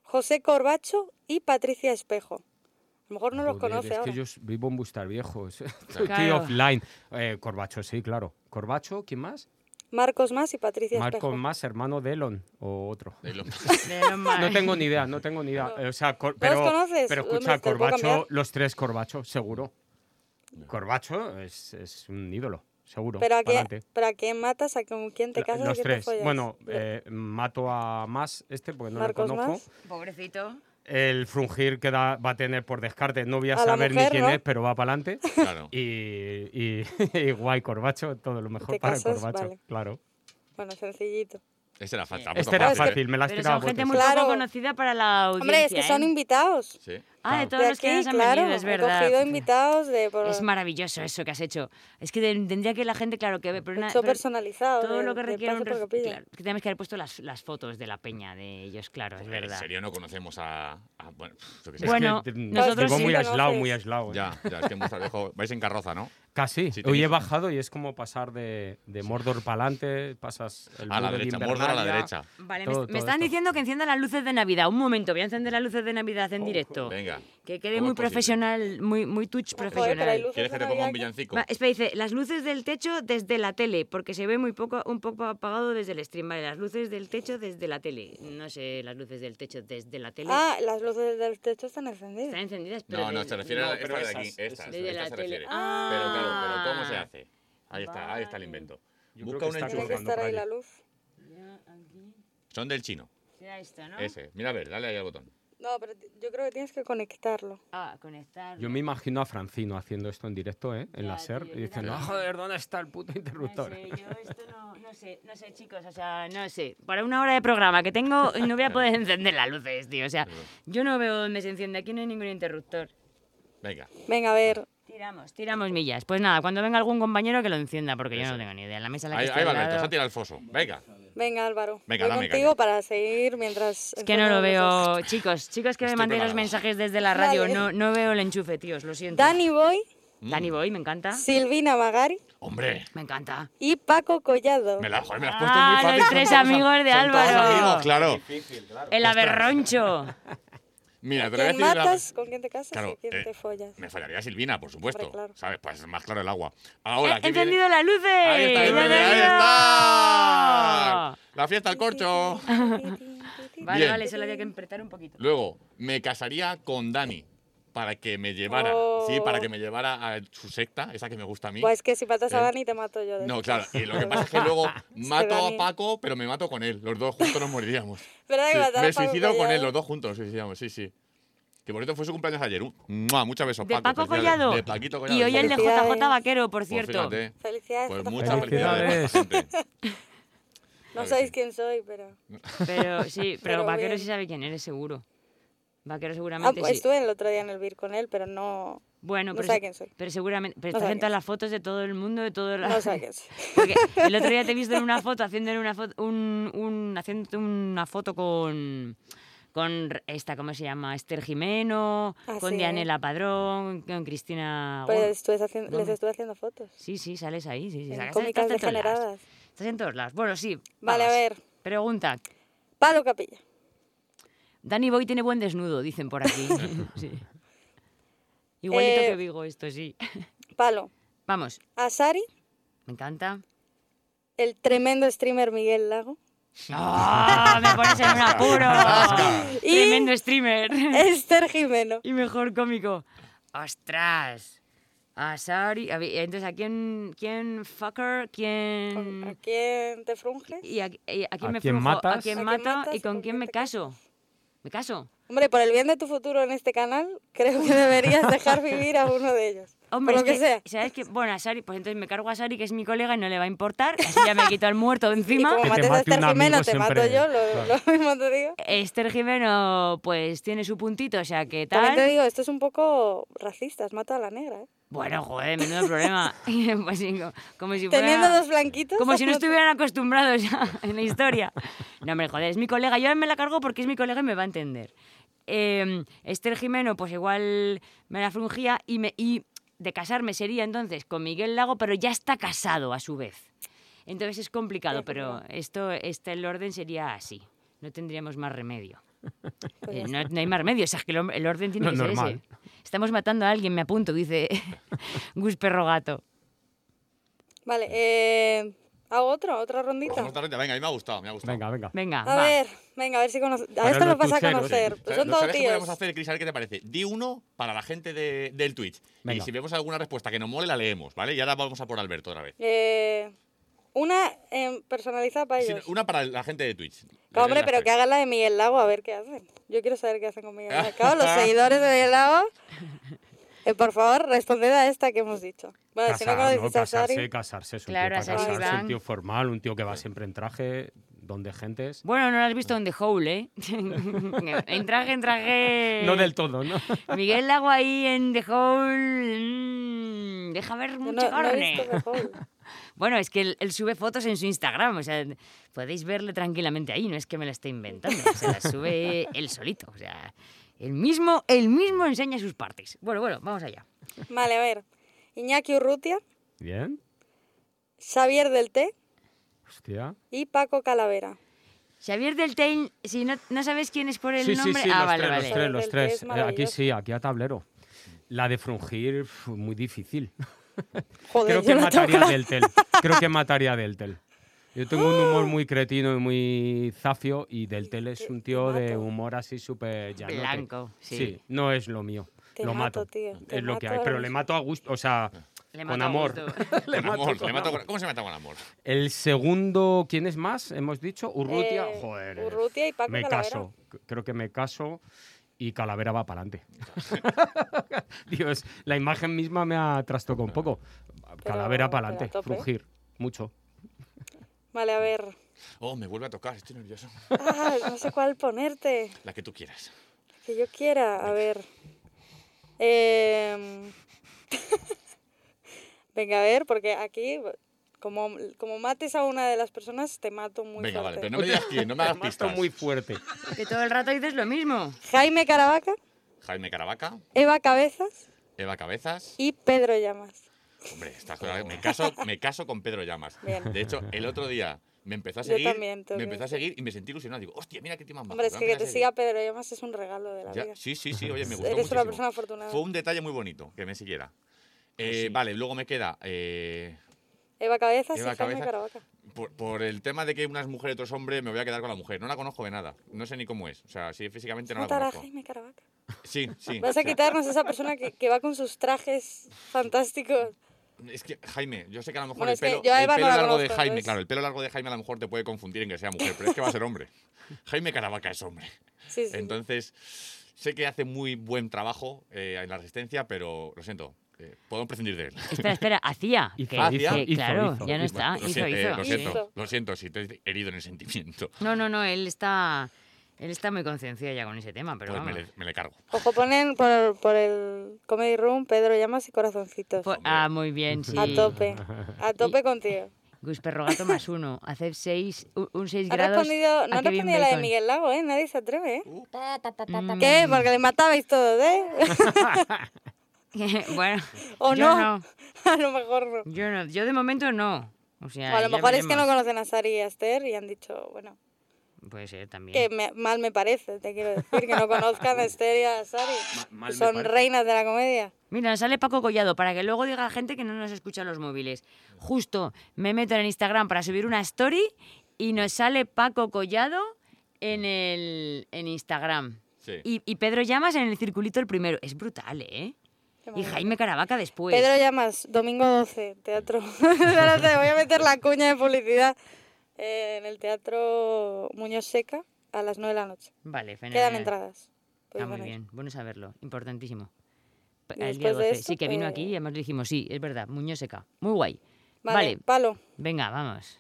Speaker 4: José Corbacho y Patricia Espejo. A lo mejor no los
Speaker 2: Joder,
Speaker 4: conoce
Speaker 2: es
Speaker 4: ahora.
Speaker 2: que yo s- vivo en Bustar Viejo. es- Estoy
Speaker 1: Claro.
Speaker 2: offline. Eh, Corbacho, sí, claro. Corbacho, ¿quién más?
Speaker 4: Marcos Más y Patricia
Speaker 2: Marco
Speaker 4: Espejo.
Speaker 2: más, hermano de Elon o otro.
Speaker 3: De lo-
Speaker 1: De lo más-
Speaker 2: No tengo ni idea, no tengo ni idea. Eh, O sea, cor-
Speaker 4: ¿No los
Speaker 2: pero,
Speaker 4: conoces?
Speaker 2: pero
Speaker 4: ¿Dónde
Speaker 2: escucha,
Speaker 4: está? ¿Puedo cambiar?
Speaker 2: Corbacho, los tres Corbacho, seguro. Corbacho es, es un ídolo, seguro.
Speaker 4: Pero este a, quién,
Speaker 2: Pa'lante.
Speaker 4: pero a quién matas, a con quién te
Speaker 2: La-
Speaker 4: casas, a
Speaker 2: Los
Speaker 4: quién
Speaker 2: tres.
Speaker 4: te follas.
Speaker 2: Bueno, eh, mato a más este porque no
Speaker 4: Marcos
Speaker 2: lo conozco.
Speaker 4: Mas.
Speaker 1: Pobrecito.
Speaker 2: El frungir que da- va a tener por descarte. No voy a,
Speaker 4: A la
Speaker 2: saber ni
Speaker 4: mujer,
Speaker 2: quién
Speaker 4: ¿no?
Speaker 2: es, pero va para adelante.
Speaker 3: Claro.
Speaker 2: Y, y, y guay, Corbacho, todo lo mejor
Speaker 4: Te
Speaker 2: para
Speaker 4: casas,
Speaker 2: Corbacho.
Speaker 4: vale.
Speaker 2: Claro.
Speaker 4: Bueno, sencillito.
Speaker 3: Ese era fácil.
Speaker 2: Este era
Speaker 4: es que-
Speaker 2: fácil, me la has
Speaker 1: Pero
Speaker 2: tirado.
Speaker 1: son
Speaker 2: a
Speaker 1: gente
Speaker 2: botes.
Speaker 1: muy
Speaker 4: Claro.
Speaker 1: poco conocida para la audiencia.
Speaker 4: Hombre, es que son
Speaker 1: ¿eh?
Speaker 4: invitados.
Speaker 3: Sí.
Speaker 1: Ah, de
Speaker 2: Claro.
Speaker 1: todos
Speaker 4: de
Speaker 1: los que
Speaker 4: aquí,
Speaker 1: nos han
Speaker 4: claro.
Speaker 1: venido, es verdad.
Speaker 4: He cogido invitados de... Por,
Speaker 1: Es maravilloso eso que has hecho. Es que ten- tendría que la gente, claro, que ver, pero una-
Speaker 4: hecho
Speaker 1: pero
Speaker 4: personalizado.
Speaker 1: todo
Speaker 4: de-
Speaker 1: lo que
Speaker 4: de
Speaker 1: requiere
Speaker 4: paso
Speaker 1: un
Speaker 4: por
Speaker 1: ref-
Speaker 4: capilla.
Speaker 1: claro, que tenemos que haber puesto las, las fotos de la peña de ellos, claro,
Speaker 2: Eh,
Speaker 1: es
Speaker 3: En
Speaker 1: verdad.
Speaker 3: Eh, serio no conocemos a. a- bueno, pff, yo qué sé.
Speaker 2: Es que
Speaker 1: Bueno,
Speaker 2: te-
Speaker 1: nosotros
Speaker 2: vivo
Speaker 4: sí
Speaker 2: muy
Speaker 4: conoces.
Speaker 2: aislado, muy aislado. ¿eh?
Speaker 3: Ya, ya, es que en Bustar Viejo vais en carroza, ¿no?
Speaker 2: Casi.
Speaker 3: Sí,
Speaker 2: Hoy
Speaker 3: tenéis-
Speaker 2: he bajado y es como pasar de, de Mordor para adelante, pasas el
Speaker 3: A la
Speaker 2: muro de
Speaker 3: derecha, Mordor a la
Speaker 2: Invernalia.
Speaker 3: derecha.
Speaker 1: Vale, me,
Speaker 2: Todo-
Speaker 1: me
Speaker 2: todo
Speaker 1: están
Speaker 2: esto.
Speaker 1: diciendo que encienda las luces de Navidad. Un momento, voy a encender las luces de Navidad en directo.
Speaker 3: Venga.
Speaker 1: Que quede
Speaker 3: ¿Cómo
Speaker 1: muy
Speaker 3: es posible?
Speaker 1: profesional, muy, muy touch
Speaker 4: Joder,
Speaker 1: profesional.
Speaker 4: pero hay luces
Speaker 3: ¿Quieres
Speaker 4: de
Speaker 3: que te ponga
Speaker 4: Navidad
Speaker 3: un
Speaker 4: que-
Speaker 3: villancico?
Speaker 1: Va, espera, dice, las luces del techo desde la tele, porque se ve muy poco, un poco apagado desde el stream. Vale, las luces del techo desde la tele. No sé, las luces del techo desde la tele.
Speaker 4: Ah, las luces del techo están encendidas.
Speaker 1: Están encendidas, pero...
Speaker 3: No, no,
Speaker 1: desde-
Speaker 3: se refiere
Speaker 2: no,
Speaker 3: a esta
Speaker 2: pero
Speaker 3: de aquí.
Speaker 2: esas,
Speaker 3: Esta,
Speaker 2: esas.
Speaker 1: Desde
Speaker 3: esta
Speaker 1: la
Speaker 3: se
Speaker 1: tele.
Speaker 3: refiere.
Speaker 1: Ah.
Speaker 3: Pero claro, pero ¿cómo se hace? Ahí está, ahí está el
Speaker 1: Vale.
Speaker 3: invento.
Speaker 2: Yo
Speaker 3: Busca
Speaker 2: creo
Speaker 3: un
Speaker 2: que está
Speaker 4: Tiene que
Speaker 3: enchufe.
Speaker 2: colgando
Speaker 4: estar
Speaker 2: por
Speaker 4: ahí
Speaker 2: ahí.
Speaker 4: la luz.
Speaker 1: Ya, aquí.
Speaker 3: Son del chino.
Speaker 1: Será esto, ¿no?
Speaker 3: Ese. Mira, a ver, dale ahí al botón.
Speaker 4: No, pero t- yo creo que tienes que conectarlo.
Speaker 1: Ah, conectar.
Speaker 2: Yo me imagino a Francino haciendo esto en directo, ¿eh? En
Speaker 1: Ya,
Speaker 2: la SER,
Speaker 1: tío,
Speaker 2: y
Speaker 1: yo
Speaker 2: diciendo,
Speaker 1: también.
Speaker 2: "Ah, joder, ¿dónde está el puto interruptor?
Speaker 1: No sé, yo esto no, no sé, no sé, chicos, o sea, no sé. Para una hora de programa que tengo, no voy a poder encender las luces, tío. O sea, yo no veo dónde se enciende, aquí no hay ningún interruptor.
Speaker 3: Venga.
Speaker 4: Venga, a ver.
Speaker 1: Tiramos, tiramos millas. Pues nada, cuando venga algún compañero que lo encienda, porque yo no tengo ni idea. La mesa en la que
Speaker 3: Ahí,
Speaker 1: estoy
Speaker 3: ahí va
Speaker 1: al
Speaker 3: Alberto, se
Speaker 1: lado-
Speaker 3: ha tirado al foso. Venga.
Speaker 4: Venga, Álvaro.
Speaker 3: Venga,
Speaker 4: voy
Speaker 3: dame caña.
Speaker 4: contigo para seguir mientras...
Speaker 1: Es que no lo
Speaker 4: encendemos
Speaker 1: veo. Chicos, chicos que me
Speaker 3: Estoy
Speaker 1: mandéis los
Speaker 3: preparado.
Speaker 1: mensajes desde la radio,
Speaker 4: Vale.
Speaker 1: no, no veo el enchufe, tíos, lo
Speaker 4: los-
Speaker 1: siento.
Speaker 4: Danny Boy,
Speaker 1: Dani
Speaker 3: Mm.
Speaker 1: Boy, me encanta.
Speaker 4: Silvina Magari
Speaker 3: Hombre,
Speaker 1: Me encanta.
Speaker 4: y Paco Collado.
Speaker 3: me la, joder, me la has puesto
Speaker 1: Ah,
Speaker 3: muy fácil.
Speaker 1: los
Speaker 3: son
Speaker 1: tres
Speaker 3: todos
Speaker 1: amigos de
Speaker 3: son todos
Speaker 1: Álvaro.
Speaker 3: amigos, claro.
Speaker 1: El aberroncho.
Speaker 3: Mira, te lo voy a decir
Speaker 4: ¿Quién
Speaker 3: de la-
Speaker 4: matas? ¿Con quién te casas?
Speaker 3: Claro,
Speaker 4: ¿Y quién
Speaker 3: eh,
Speaker 4: te follas?
Speaker 3: Me fallaría Silvina, por supuesto.
Speaker 4: Hombre, claro.
Speaker 3: ¿Sabes? Pues más claro el agua. Ahora,
Speaker 1: He
Speaker 3: ¿qué viene?
Speaker 1: Eh, encendido las luces.
Speaker 3: Ahí está, ahí
Speaker 1: ¡Ya
Speaker 3: está, ahí
Speaker 1: veo!
Speaker 3: está. La fiesta al corcho.
Speaker 1: Vale,
Speaker 3: Bien.
Speaker 1: vale, solo había que apretar un poquito.
Speaker 3: Luego, me casaría con Dani para que me llevara.
Speaker 4: o...?
Speaker 3: Sí, para que me llevara a su secta, esa que me gusta a mí.
Speaker 4: Oh. Pues es que si matas a
Speaker 3: Eh.
Speaker 4: Dani te mato yo.
Speaker 3: no,
Speaker 4: después.
Speaker 3: claro. Y lo que pasa es que luego mato
Speaker 4: va
Speaker 3: a
Speaker 4: bien.
Speaker 3: Paco, pero me mato con él. Los dos juntos nos moriríamos.
Speaker 4: ¿Verdad que
Speaker 3: Sí,
Speaker 4: matar a
Speaker 3: me
Speaker 4: Paco
Speaker 3: suicido con él,
Speaker 4: Collado?
Speaker 3: los dos juntos nos suicidamos, sí, sí. Que por cierto fue su cumpleaños ayer. Uh, ¡mua! Muchas besos,
Speaker 1: De
Speaker 3: Paco.
Speaker 1: Paco
Speaker 3: felicidades.
Speaker 1: Collado.
Speaker 3: De Paquito Collado.
Speaker 1: Y hoy el de JJ
Speaker 4: Felicidades.
Speaker 1: Vaquero, por
Speaker 3: Pues
Speaker 1: cierto.
Speaker 3: fíjate,
Speaker 4: Felicidades.
Speaker 3: Pues
Speaker 4: Tata
Speaker 3: muchas
Speaker 4: Paco.
Speaker 3: felicidades. gente.
Speaker 4: No sabéis quién soy, pero...
Speaker 1: Pero sí, pero,
Speaker 4: Pero
Speaker 1: Vaquero
Speaker 4: bien.
Speaker 1: sí sabe quién eres, seguro. Vaquero
Speaker 4: Ah,
Speaker 1: seguramente pues, sí.
Speaker 4: estuve el otro día en el BIR con él, pero no...
Speaker 1: Bueno,
Speaker 4: no
Speaker 1: pero,
Speaker 4: sabe
Speaker 1: se-
Speaker 4: quién soy.
Speaker 1: pero seguramente. Pero
Speaker 4: No
Speaker 1: estás
Speaker 4: sabe
Speaker 1: en
Speaker 4: quién
Speaker 1: todas
Speaker 4: soy.
Speaker 1: las fotos de todo el mundo, de todo la-
Speaker 4: No sé quién soy.
Speaker 1: Porque el otro día te he visto en una foto haciendo una foto, un, un- haciéndote una foto con con esta, ¿cómo se llama? Esther Jimeno,
Speaker 4: Ah,
Speaker 1: con
Speaker 4: sí.
Speaker 1: Dianela Padrón, con Cristina.
Speaker 4: Pero
Speaker 1: Gómez.
Speaker 4: estuve haciendo- les
Speaker 1: Gómez.
Speaker 4: estuve haciendo fotos.
Speaker 1: Sí, sí, sales ahí, sí, sí.
Speaker 4: En
Speaker 1: sales-
Speaker 4: cómicas
Speaker 1: estás en todos lados.
Speaker 4: degeneradas.
Speaker 1: Estás en todos lados. Bueno, sí.
Speaker 4: Vale, a
Speaker 1: vamos.
Speaker 4: ver.
Speaker 1: Pregunta.
Speaker 4: Palo Capilla.
Speaker 1: Dani Boy tiene buen desnudo, dicen por aquí. Sí. Igualito
Speaker 4: Eh,
Speaker 1: que Vigo esto, sí.
Speaker 4: Palo.
Speaker 1: Vamos,
Speaker 4: Asari,
Speaker 1: me encanta.
Speaker 4: el tremendo streamer Miguel Lago.
Speaker 1: ¡Ah! me pones en un apuro.
Speaker 4: Y-
Speaker 1: Tremendo streamer.
Speaker 4: Esther Jimeno.
Speaker 1: y mejor cómico. ¡Ostras! Asari. a ver, Entonces, ¿a quién, quién fucker? ¿Quién.?
Speaker 4: ¿A quién te frunges?
Speaker 1: ¿Y a, y a quién
Speaker 2: ¿A
Speaker 1: me
Speaker 2: quién
Speaker 1: frujo? ¿A
Speaker 2: matas?
Speaker 1: quién
Speaker 4: ¿A quién
Speaker 1: mato?
Speaker 4: matas
Speaker 1: ¿Y
Speaker 4: y
Speaker 1: con
Speaker 4: con
Speaker 1: quién
Speaker 4: quién
Speaker 1: me
Speaker 4: te
Speaker 1: caso? ¿Me caso?
Speaker 4: Hombre, por el bien de tu futuro en este canal, creo que deberías dejar vivir a uno de ellos.
Speaker 1: Hombre,
Speaker 4: por
Speaker 1: es
Speaker 4: lo que, sea.
Speaker 1: ¿sabes qué? Bueno, a Sari, pues entonces me cargo a Sari, que es mi colega, y no le va a importar. Así ya me quito el muerto de
Speaker 4: Y
Speaker 1: encima.
Speaker 4: como
Speaker 2: te
Speaker 4: mates a
Speaker 2: mate
Speaker 4: Esther
Speaker 2: un amigo
Speaker 4: Jimeno, te
Speaker 2: siempre-
Speaker 4: mato yo, lo, lo mismo te digo.
Speaker 1: Esther Jimeno, pues tiene su puntito, o sea que
Speaker 4: También te
Speaker 1: tal.
Speaker 4: digo, esto es un poco racista, has matado a la negra, ¿eh?
Speaker 1: Bueno, joder, menudo problema. Pues sí, co- como si
Speaker 4: Teniendo
Speaker 1: fuera-
Speaker 4: dos blanquitos.
Speaker 1: Como si no
Speaker 4: has matado-
Speaker 1: estuvieran acostumbrados ya en la historia. No, hombre, joder, es mi colega. Yo ahora me la cargo porque es mi colega y me va a entender. Eh, Esther Jimeno, pues igual me la frungía y, me, y de casarme sería entonces con Miguel Lago, pero ya está casado a su vez. Entonces es complicado,
Speaker 4: Sí,
Speaker 1: pero esto, este, el orden sería así. No tendríamos más remedio.
Speaker 4: Pues
Speaker 1: Eh,
Speaker 4: ya
Speaker 1: no, no hay más remedio, o sea, es que el, hom- el orden tiene
Speaker 2: Lo
Speaker 1: que ser
Speaker 2: normal.
Speaker 1: ese. Estamos matando a alguien, me apunto, dice Gus Perro Gato.
Speaker 4: Vale, eh, hago otro, otra rondita.
Speaker 3: Vamos a otra ronda, Venga, a mí me ha gustado, me ha gustado.
Speaker 2: Venga, venga.
Speaker 1: Venga,
Speaker 4: A
Speaker 1: va.
Speaker 4: ver, venga, a ver si conoces. A
Speaker 2: Para
Speaker 4: esto
Speaker 2: los
Speaker 4: lo vas a
Speaker 2: tucheros.
Speaker 4: conocer.
Speaker 3: ¿Sabes-
Speaker 4: Son todos
Speaker 3: ¿Sabes qué
Speaker 4: tíos.
Speaker 3: podemos hacer, Cris? A ver qué te parece. Di uno para la gente de- del Twitch. Y
Speaker 2: Venga.
Speaker 3: si vemos alguna respuesta que nos mole, la leemos, ¿vale? Y ahora vamos a por Alberto otra vez.
Speaker 4: Eh, una eh, personalizada para
Speaker 3: Sí,
Speaker 4: ellos.
Speaker 3: una para la gente de Twitch.
Speaker 4: Claro, hombre,
Speaker 3: Las
Speaker 4: pero
Speaker 3: tres.
Speaker 4: que hagan la de Miguel Lago, a ver qué hacen. Yo quiero saber qué hacen con Miguel Lago. Claro, los seguidores de Miguel Lago. eh, por favor, responded a esta que hemos dicho. Bueno, si no
Speaker 2: Casar, ¿no?
Speaker 4: conocéis a
Speaker 2: casarse,
Speaker 4: Sari,
Speaker 2: casarse. Es un
Speaker 1: Claro,
Speaker 2: tío
Speaker 1: a
Speaker 2: para
Speaker 1: Sari
Speaker 2: casarse,
Speaker 1: Iván.
Speaker 2: un tío formal, un tío que va siempre en traje, donde gentes.
Speaker 1: Bueno, no lo has visto en The Hole, ¿eh? en traje, en traje.
Speaker 2: No del todo, ¿no?
Speaker 1: Miguel Lago ahí en The Hole. mm, deja ver
Speaker 4: no,
Speaker 1: mucha
Speaker 4: no he
Speaker 1: carne.
Speaker 4: visto mejor.
Speaker 1: Bueno, es que él, él sube fotos en su Instagram, o sea, podéis verle tranquilamente ahí, no es que me la esté inventando, se las sube él solito, o sea, él mismo, él mismo enseña sus partes. Bueno, bueno, vamos allá.
Speaker 4: Vale, a ver. Iñaki Urrutia,
Speaker 2: Bien.
Speaker 4: Xavier del T
Speaker 2: Hostia.
Speaker 4: y Paco Calavera.
Speaker 1: Xavier del Tein, si no, no sabes quién es por el
Speaker 2: sí,
Speaker 1: nombre,
Speaker 2: sí, sí,
Speaker 1: ah,
Speaker 2: los
Speaker 1: vale,
Speaker 2: tres,
Speaker 1: vale.
Speaker 2: los tres, los
Speaker 4: Del que
Speaker 2: tres. Eh, aquí
Speaker 4: es maravilloso.
Speaker 2: sí, aquí a tablero. La de frungir, pf, muy difícil. Creo
Speaker 4: Joder, yo
Speaker 2: que
Speaker 4: la tengo
Speaker 2: mataría a
Speaker 4: clara.
Speaker 2: Deltel. Creo que mataría a Deltel. Yo tengo un humor muy cretino y muy zafio y Deltel es un tío de
Speaker 4: mato.
Speaker 2: humor así súper llanote.
Speaker 1: Blanco, sí.
Speaker 2: no es lo mío.
Speaker 4: Te
Speaker 2: lo
Speaker 4: mato,
Speaker 2: mato.
Speaker 4: tío, te
Speaker 2: es lo que
Speaker 4: mato
Speaker 2: hay.
Speaker 4: a
Speaker 2: Pero
Speaker 4: los-
Speaker 2: le mato a gusto, o sea,
Speaker 1: Le
Speaker 2: con
Speaker 1: mato a
Speaker 2: amor.
Speaker 1: gusto.
Speaker 3: Con amor,
Speaker 2: con
Speaker 3: le mato con- ¿Cómo se mata con amor?
Speaker 2: El segundo, ¿quién es más? Hemos dicho Urrutia.
Speaker 4: Eh,
Speaker 2: Joder. eh,
Speaker 4: Urrutia y Paco
Speaker 2: Me
Speaker 4: Calavera.
Speaker 2: caso. C- Creo que me caso y Calavera va para adelante. Dios, la imagen misma me ha trastocado un poco. Calavera para
Speaker 4: pero a
Speaker 2: adelante,
Speaker 4: tope.
Speaker 2: frugir. Mucho.
Speaker 4: Vale, a ver.
Speaker 3: Oh, me vuelve a tocar, estoy nervioso.
Speaker 4: Ah, no sé cuál ponerte.
Speaker 3: La que tú quieras.
Speaker 4: Que yo quiera. A ver. Em, Venga, a ver, porque aquí, como, como mates a una de las personas, te mato muy
Speaker 3: Venga, vale,
Speaker 4: fuerte.
Speaker 3: pero no me digas quién, no me hagas
Speaker 2: Mato
Speaker 3: pistas.
Speaker 2: muy fuerte.
Speaker 1: Que todo el rato dices lo mismo.
Speaker 4: Jaime Caravaca,
Speaker 3: Jaime Caravaca,
Speaker 4: Eva Cabezas
Speaker 3: Eva Cabezas.
Speaker 4: y Pedro Llamas.
Speaker 3: Hombre, estás con- me, caso, me caso con Pedro Llamas.
Speaker 4: Bien.
Speaker 3: De hecho, el otro día me empezó a
Speaker 4: Yo
Speaker 3: seguir.
Speaker 4: también,
Speaker 3: me
Speaker 4: también.
Speaker 3: empezó a seguir y me sentí ilusionado. Digo, hostia, mira qué tío más majo,
Speaker 4: Hombre, es
Speaker 3: me
Speaker 4: que,
Speaker 3: va a
Speaker 4: que te siga
Speaker 3: empezar
Speaker 4: Pedro Llamas es un regalo de
Speaker 3: a
Speaker 4: la
Speaker 3: seguir.
Speaker 4: vida.
Speaker 3: Ya, Sí, sí, sí, oye, me gustó
Speaker 4: Eres una
Speaker 3: muchísimo.
Speaker 4: persona afortunada.
Speaker 3: Fue un detalle muy bonito que me siguiera. Eh, Vale, luego me queda. eh,
Speaker 4: Eva Cabezas
Speaker 3: Eva
Speaker 4: y Jaime
Speaker 3: Cabezas.
Speaker 4: Caravaca.
Speaker 3: por, por el tema de que una es mujer y otro es hombre, me voy a quedar con la mujer. No la conozco de nada. No sé ni cómo es. O sea, sí, físicamente no la
Speaker 4: Matar a
Speaker 3: conozco.
Speaker 4: Jaime Caravaca.
Speaker 3: Sí, sí.
Speaker 4: Vas a quitarnos esa persona que, que va con sus trajes fantásticos.
Speaker 3: Es que, Jaime, yo sé que a lo mejor
Speaker 4: Bueno,
Speaker 3: el
Speaker 4: es que
Speaker 3: pelo,
Speaker 4: yo a
Speaker 3: el
Speaker 4: Eva no
Speaker 3: pelo
Speaker 4: la
Speaker 3: largo de
Speaker 4: conozco,
Speaker 3: Jaime,
Speaker 4: entonces-
Speaker 3: claro, el pelo largo de Jaime a lo mejor te puede confundir en que sea mujer, pero es que va a ser hombre. Jaime Caravaca es hombre.
Speaker 4: Sí, sí.
Speaker 3: Entonces, sé que hace muy buen trabajo eh, en la resistencia, pero lo siento, eh, puedo prescindir de él.
Speaker 1: Espera, espera, hacía.
Speaker 2: Hizo,
Speaker 1: que,
Speaker 3: hizo,
Speaker 1: que,
Speaker 2: hizo,
Speaker 1: claro,
Speaker 2: hizo,
Speaker 1: ya no
Speaker 2: hizo.
Speaker 1: está.
Speaker 3: lo,
Speaker 1: Ah, hizo,
Speaker 3: siento, eh,
Speaker 1: hizo.
Speaker 3: lo
Speaker 1: sí.
Speaker 3: siento, lo siento si te he herido en el sentimiento.
Speaker 1: No, no, no, él está, él está muy concienciado ya con ese tema, pero
Speaker 3: Pues me
Speaker 1: vamos.
Speaker 3: le, me le cargo.
Speaker 4: Ojo, ponen por, por el Comedy Room Pedro Llamas y Corazoncitos.
Speaker 1: Pues- ah, muy bien, sí.
Speaker 4: A tope. A tope contigo.
Speaker 1: Gus Perro Gato más uno. Hacer seis, u- un 6
Speaker 4: Ha
Speaker 1: grados.
Speaker 4: respondido, no
Speaker 1: a
Speaker 4: ha
Speaker 1: Kevin
Speaker 4: respondido la de
Speaker 1: Bacon. Mm.
Speaker 4: Miguel Lago, ¿eh? Nadie se atreve, ¿eh?
Speaker 3: Uh, pa, pa, pa, pa, pa.
Speaker 4: ¿Qué? Porque le matabais todos, ¿eh?
Speaker 1: bueno,
Speaker 4: ¿O
Speaker 1: yo
Speaker 4: no?
Speaker 1: no.
Speaker 4: A lo mejor no.
Speaker 1: Yo no, yo de momento no. O
Speaker 4: O
Speaker 1: sea,
Speaker 4: a lo
Speaker 1: ya
Speaker 4: mejor es que no
Speaker 1: veremos.
Speaker 4: conocen a Sari y a Esther y han dicho, bueno,
Speaker 1: Puede ser también.
Speaker 4: que me- mal me parece, te quiero decir, que no conozcan a Esther y a Sari.
Speaker 3: Ma- mal me
Speaker 4: Son
Speaker 3: parece.
Speaker 4: reinas de la comedia.
Speaker 1: Mira, sale Paco Collado para que luego diga la gente que no nos escucha los móviles. Justo me meto en Instagram para subir una story y nos sale Paco Collado en el en Instagram.
Speaker 3: Sí.
Speaker 1: Y, y Pedro Llamas en el circulito el primero. Es brutal, ¿eh?
Speaker 4: Qué
Speaker 1: Y
Speaker 4: maravilla.
Speaker 1: Jaime Caravaca después.
Speaker 4: Pedro Llamas, domingo 12, teatro. Ahora te voy a meter la cuña de publicidad eh, en el teatro Muñoz Seca a las 9 de la noche.
Speaker 1: Vale,
Speaker 4: Quedan
Speaker 1: fenomenal.
Speaker 4: entradas. Podéis
Speaker 1: Ah, muy
Speaker 4: venir.
Speaker 1: bien. Bueno saberlo. Importantísimo. Pa-
Speaker 4: pues Y
Speaker 1: El día
Speaker 4: después de
Speaker 1: 12.
Speaker 4: esto,
Speaker 1: sí, que vino
Speaker 4: eh,
Speaker 1: aquí y además le dijimos, sí, es verdad, Muñoz Seca. Muy guay.
Speaker 4: Vale,
Speaker 1: Vale,
Speaker 4: palo.
Speaker 1: venga, vamos.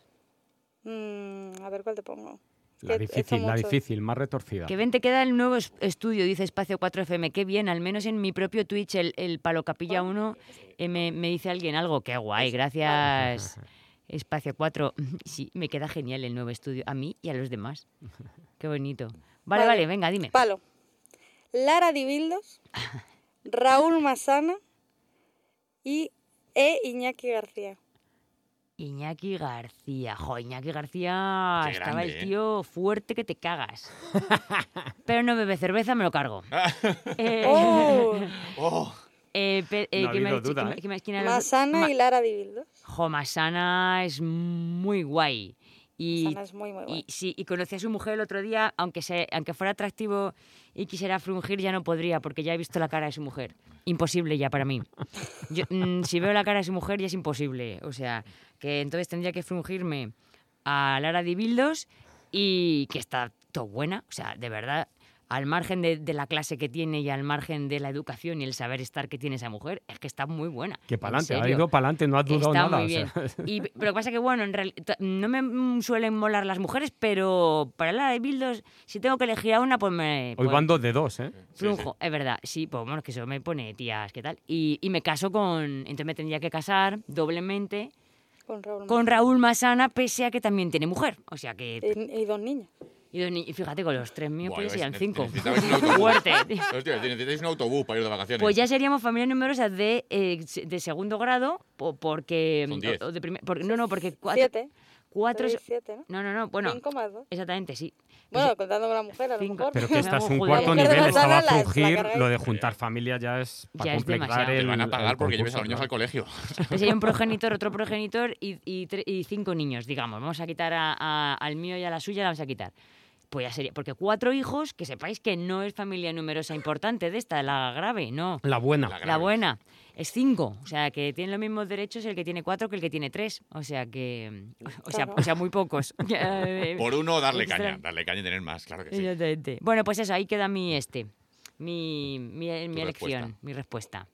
Speaker 4: Mm, a ver cuál te pongo. Es
Speaker 2: La
Speaker 4: que he hecho
Speaker 2: difícil, la
Speaker 4: muchos.
Speaker 2: difícil, más retorcida.
Speaker 1: Que ven te queda el nuevo es- estudio, dice Espacio 4FM. Qué bien, al menos en mi propio Twitch, el, el Palo Capilla 1, eh, me, me dice alguien algo. Qué guay, gracias. Espacio 4. Sí, me queda genial el nuevo estudio, a mí y a los demás. Qué bonito. Vale,
Speaker 4: Vale.
Speaker 1: vale, venga, dime.
Speaker 4: Palo. Lara Dibildos, Raúl Masana y E. Iñaki García.
Speaker 1: Iñaki García. Jo, Iñaki García.
Speaker 3: Qué
Speaker 1: estaba
Speaker 3: grande,
Speaker 1: el
Speaker 3: ¿eh?
Speaker 1: tío fuerte que te cagas. Pero no bebe cerveza, me lo cargo. Eh,
Speaker 4: ¡Oh!
Speaker 3: Oh,
Speaker 1: eh, pe- eh,
Speaker 2: No ha
Speaker 1: ¿qué me has
Speaker 2: habido
Speaker 1: dicho? ¿Qué me-
Speaker 2: duda, ¿eh?
Speaker 1: qué me has- quién ha- Ma-
Speaker 4: Masana y Lara Dibildos.
Speaker 1: Jo, Masana es muy guay. Y,
Speaker 4: Masana es muy, muy
Speaker 1: y,
Speaker 4: buena.
Speaker 1: sí, y conocí a su mujer el otro día, aunque, se, aunque fuera atractivo y quisiera frungir, ya no podría, porque ya he visto la cara de su mujer. Imposible ya para mí. Yo, mm, si veo la cara de su mujer ya es imposible. O sea, que entonces tendría que frungirme a Lara Dibildos y que está todo buena. O sea, de verdad, al margen de, de la clase que tiene y al margen de la educación y el saber estar que tiene esa mujer, es que está muy buena.
Speaker 2: Que
Speaker 1: En
Speaker 2: pa'lante, ha
Speaker 1: serio.
Speaker 2: ido pa'lante, no has dudado
Speaker 1: Está
Speaker 2: nada.
Speaker 1: muy
Speaker 2: o sea,
Speaker 1: bien. Y, pero lo que pasa que, bueno, en real- ta- no me mm, suelen molar las mujeres, pero para la de Bildos, si tengo que elegir a una, pues me...
Speaker 2: hoy
Speaker 1: pues,
Speaker 2: van dos de dos, ¿eh?
Speaker 3: sí, sí.
Speaker 1: flujo. es verdad. Sí, pues bueno, es que eso me pone tías, ¿qué tal? Y, y me caso con... Entonces me tendría que casar doblemente
Speaker 4: Con Raúl
Speaker 1: con
Speaker 4: Masana.
Speaker 1: Raúl Masana, pese a que también tiene mujer. O sea que...
Speaker 4: Y, y dos niñas.
Speaker 1: Y, dos ni- y fíjate, con los tres míos
Speaker 3: Buah,
Speaker 1: pues
Speaker 3: ves,
Speaker 1: serían
Speaker 3: ne-
Speaker 1: cinco.
Speaker 3: necesitabais un autobús.
Speaker 1: Fuerte. tío.
Speaker 3: Hostia, necesitáis un autobús para ir de vacaciones.
Speaker 1: Pues ya seríamos familia numerosa de, eh, se- de segundo grado, po- porque...
Speaker 3: Son diez.
Speaker 1: o- o de primer- porque- no, no, porque cuatro...
Speaker 4: Siete.
Speaker 1: cuatro
Speaker 4: Seis,
Speaker 1: es-
Speaker 4: siete,
Speaker 1: No,
Speaker 4: ¿no?
Speaker 1: no, no, bueno...
Speaker 4: Cinco más dos.
Speaker 1: Exactamente, sí.
Speaker 4: Bueno,
Speaker 1: Pues,
Speaker 4: contando con la mujer, a lo
Speaker 1: cinco.
Speaker 4: mejor.
Speaker 2: Pero
Speaker 1: Me
Speaker 2: que estás
Speaker 1: hago
Speaker 2: un
Speaker 1: judía.
Speaker 2: cuarto
Speaker 1: La mujer de
Speaker 2: nivel,
Speaker 4: Manzana
Speaker 2: estaba
Speaker 4: la- la
Speaker 2: frungir,
Speaker 4: cargáis.
Speaker 2: lo de juntar familia ya es
Speaker 1: Ya
Speaker 2: para
Speaker 1: es
Speaker 2: completar
Speaker 1: demasiado.
Speaker 2: el
Speaker 3: Te van a pagar
Speaker 2: el
Speaker 3: porque lleves a
Speaker 2: concurso,
Speaker 3: los niños al
Speaker 2: claro.
Speaker 3: colegio.
Speaker 1: pues hay un progenitor, otro progenitor y, y tre- y cinco niños, digamos. Vamos a quitar a- a- al mío y a la suya, la vamos a quitar. Pues ya sería, porque cuatro hijos, que sepáis que no es familia numerosa importante de esta, la grave, no.
Speaker 2: La buena.
Speaker 3: La-
Speaker 1: La
Speaker 3: grave.
Speaker 1: buena. Es cinco, o sea, que tienen los mismos derechos el que tiene cuatro que el que tiene tres. O sea, que. O sea,
Speaker 4: Claro.
Speaker 1: o sea muy pocos.
Speaker 3: Por uno, darle
Speaker 1: Extra.
Speaker 3: caña. Darle caña y tener más, claro que sí.
Speaker 1: Exactamente. Bueno, pues eso, ahí queda mi este. Mi, mi, mi
Speaker 3: Tu
Speaker 1: elección,
Speaker 3: respuesta.
Speaker 1: mi respuesta.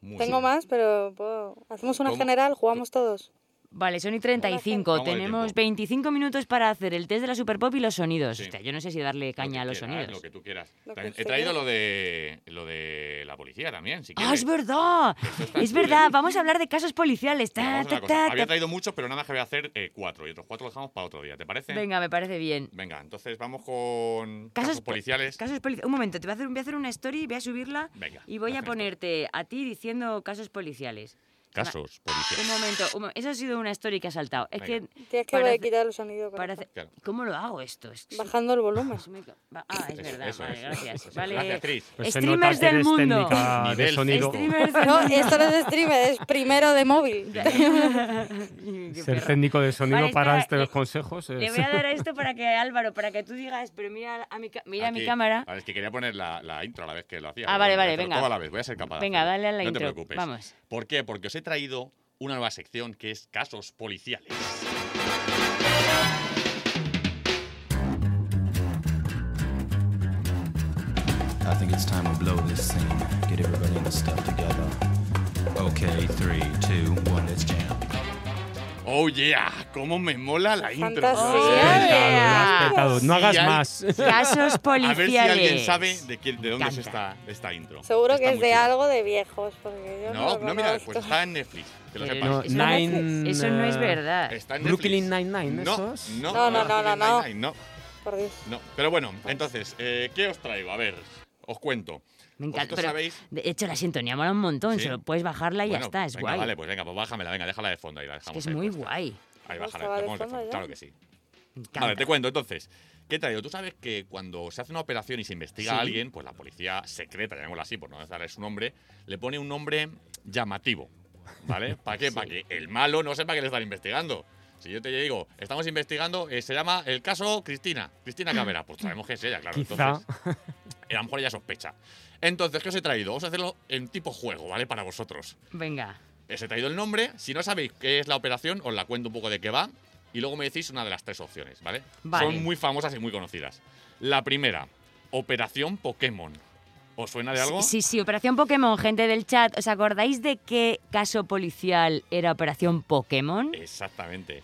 Speaker 3: Muy
Speaker 4: Tengo
Speaker 3: bien.
Speaker 4: más, pero puedo- hacemos una
Speaker 3: ¿Cómo?
Speaker 4: general, jugamos todos.
Speaker 1: Vale, son y 35.
Speaker 3: Vamos de
Speaker 1: Tenemos
Speaker 3: tiempo.
Speaker 1: 25 minutos para hacer el test de la Super Pop y los sonidos.
Speaker 3: Sí.
Speaker 1: Hostia, yo no sé si darle
Speaker 3: Lo que
Speaker 1: caña a los
Speaker 3: quieras,
Speaker 1: sonidos.
Speaker 3: Lo que tú quieras.
Speaker 4: Lo que
Speaker 3: También- He
Speaker 4: usted
Speaker 3: traído
Speaker 4: quiera.
Speaker 3: lo de, lo de la policía también, si
Speaker 1: ¡Ah,
Speaker 3: quieres.
Speaker 1: es verdad!
Speaker 3: está
Speaker 1: Es
Speaker 3: chulo,
Speaker 1: verdad,
Speaker 3: ¿eh?
Speaker 1: vamos a hablar de casos policiales. Ta,
Speaker 3: Mira, vamos a
Speaker 1: ta,
Speaker 3: hacer una cosa.
Speaker 1: ta,
Speaker 3: Había
Speaker 1: ta.
Speaker 3: traído muchos, pero nada más que voy a hacer eh, cuatro. Y otros cuatro los dejamos para otro día, ¿te parece?
Speaker 1: Venga, me parece bien.
Speaker 3: Venga, entonces vamos con
Speaker 1: Casos
Speaker 3: casos,
Speaker 1: po-
Speaker 3: policiales.
Speaker 1: Casos policiales. Un momento, te voy a hacer, voy a hacer una story, voy a subirla
Speaker 3: Venga,
Speaker 1: y voy a
Speaker 3: haz esto.
Speaker 1: ponerte a ti diciendo casos policiales.
Speaker 3: casos
Speaker 1: Un
Speaker 3: policiales.
Speaker 1: momento, un mo- eso ha sido una historia que ha saltado. Es
Speaker 3: Venga.
Speaker 1: que.
Speaker 4: Tienes que
Speaker 1: para
Speaker 4: ver-
Speaker 1: hacer-
Speaker 4: quitar el sonido.
Speaker 1: para
Speaker 4: corazón.
Speaker 1: hacer-
Speaker 3: Claro.
Speaker 1: ¿Cómo lo hago esto? Es que-
Speaker 4: Bajando el volumen.
Speaker 1: es muy co- va- Ah, es
Speaker 3: Eso,
Speaker 1: verdad.
Speaker 3: eso,
Speaker 1: vale,
Speaker 3: eso,
Speaker 1: gracias.
Speaker 3: eso.
Speaker 1: Vale.
Speaker 3: Gracias, Cris.
Speaker 2: Pues se nota
Speaker 1: streamers
Speaker 2: que
Speaker 1: del
Speaker 2: eres
Speaker 1: mundo.
Speaker 2: técnica de
Speaker 3: Nivel.
Speaker 2: sonido.
Speaker 1: Streamers del
Speaker 4: No, esto no es streamer, es primero de móvil.
Speaker 1: mundo. Qué
Speaker 2: Ser
Speaker 1: perra.
Speaker 2: técnico de sonido
Speaker 1: Vale,
Speaker 2: para
Speaker 1: espera,
Speaker 2: estos
Speaker 1: le-
Speaker 2: consejos
Speaker 1: Le
Speaker 2: es-
Speaker 1: voy a dar a esto para que Álvaro, para que tú digas, pero mira a mi, ca- mira a mi
Speaker 3: Aquí.
Speaker 1: cámara.
Speaker 3: Vale, es que quería poner la, la intro a la vez que lo hacía.
Speaker 1: Ah,
Speaker 3: pero
Speaker 1: vale,
Speaker 3: voy a
Speaker 1: vale,
Speaker 3: hacerlo
Speaker 1: venga.
Speaker 3: todo a la vez, voy a ser capaz. de
Speaker 1: Venga,
Speaker 3: hacerlo.
Speaker 1: dale a la
Speaker 3: No
Speaker 1: intro,
Speaker 3: te preocupes.
Speaker 1: vamos.
Speaker 3: ¿Por qué? Porque os he traído una nueva sección que es casos policiales.
Speaker 5: I think it's time to blow this scene. Get everybody in the stuff together. Okay, three, two, one, let's jam.
Speaker 3: Oh yeah, cómo me mola la intro.
Speaker 4: Fantasía.
Speaker 3: Sí.
Speaker 2: Lo has
Speaker 1: Ole.
Speaker 2: petado, lo has petado.
Speaker 3: Sí,
Speaker 2: No hagas
Speaker 3: hay-
Speaker 2: más.
Speaker 1: Casos
Speaker 3: A
Speaker 1: policiales.
Speaker 3: ver si alguien sabe de, quién- de dónde es
Speaker 1: encanta.
Speaker 3: esta, esta intro.
Speaker 4: Seguro
Speaker 3: Está
Speaker 4: que es
Speaker 3: muy
Speaker 4: de
Speaker 3: chula.
Speaker 4: algo de viejos, porque yo no,
Speaker 3: No,
Speaker 4: lo
Speaker 3: no, mira,
Speaker 4: conozco.
Speaker 3: pues está en Netflix. Que lo
Speaker 1: Que
Speaker 3: sepas.
Speaker 1: no-
Speaker 2: No,
Speaker 1: Eso no es-
Speaker 2: Nine,
Speaker 1: Eso no es
Speaker 2: eh,
Speaker 1: verdad.
Speaker 3: Está en Netflix.
Speaker 2: Brooklyn Nine-Nine,
Speaker 3: No,
Speaker 2: esos.
Speaker 3: no,
Speaker 4: No, no, no,
Speaker 3: Brooklyn
Speaker 4: no, no.
Speaker 3: Nine-Nine, no.
Speaker 4: Por Dios.
Speaker 3: No, pero bueno, entonces, eh, ¿qué os traigo? A ver, os cuento.
Speaker 1: Me encanta.
Speaker 3: Vosotros
Speaker 1: Pero,
Speaker 3: sabéis.
Speaker 1: de hecho, la sintonía mola un montón.
Speaker 3: Sí.
Speaker 1: Se lo puedes bajarla y
Speaker 3: Bueno,
Speaker 1: ya está. Es
Speaker 3: venga,
Speaker 1: guay.
Speaker 3: Vale, pues venga, pues bájamela, venga, déjala de fondo ahí la
Speaker 1: es
Speaker 3: dejamos.
Speaker 1: que es
Speaker 3: ahí
Speaker 1: muy
Speaker 3: puesta.
Speaker 1: guay.
Speaker 3: Ahí
Speaker 4: Pues
Speaker 3: bájala, la
Speaker 4: estaba
Speaker 3: ponemos
Speaker 4: de
Speaker 3: de
Speaker 4: fondo
Speaker 3: fondo,
Speaker 4: ya.
Speaker 3: claro que sí.
Speaker 1: Me encanta.
Speaker 3: Vale, te cuento entonces. ¿Qué te digo? Tú sabes que cuando se hace una operación y se investiga
Speaker 1: Sí.
Speaker 3: a alguien, pues la policía secreta, llamémosla así, por no darle su nombre, le pone un nombre llamativo. ¿Vale? ¿Para qué? Para que el malo no sepa que le están investigando. Si yo te digo, estamos investigando, eh, se llama el caso Cristina, Cristina Cavera, pues sabemos que es ella, claro.
Speaker 2: Quizá.
Speaker 3: Entonces, a lo mejor ella sospecha. Entonces, ¿qué os he traído? Vamos a hacerlo en tipo juego, ¿vale? Para vosotros.
Speaker 1: Venga.
Speaker 3: Os he traído el nombre. Si no sabéis qué es la operación, os la cuento un poco de qué va. Y luego me decís una de las tres opciones, ¿vale?
Speaker 1: Vale.
Speaker 3: Son muy famosas y muy conocidas. La primera, Operación Pokémon. ¿Os suena de algo?
Speaker 1: Sí, sí, Operación Pokémon, gente del chat. ¿Os acordáis de qué caso policial era Operación Pokémon?
Speaker 3: Eh, Exactamente.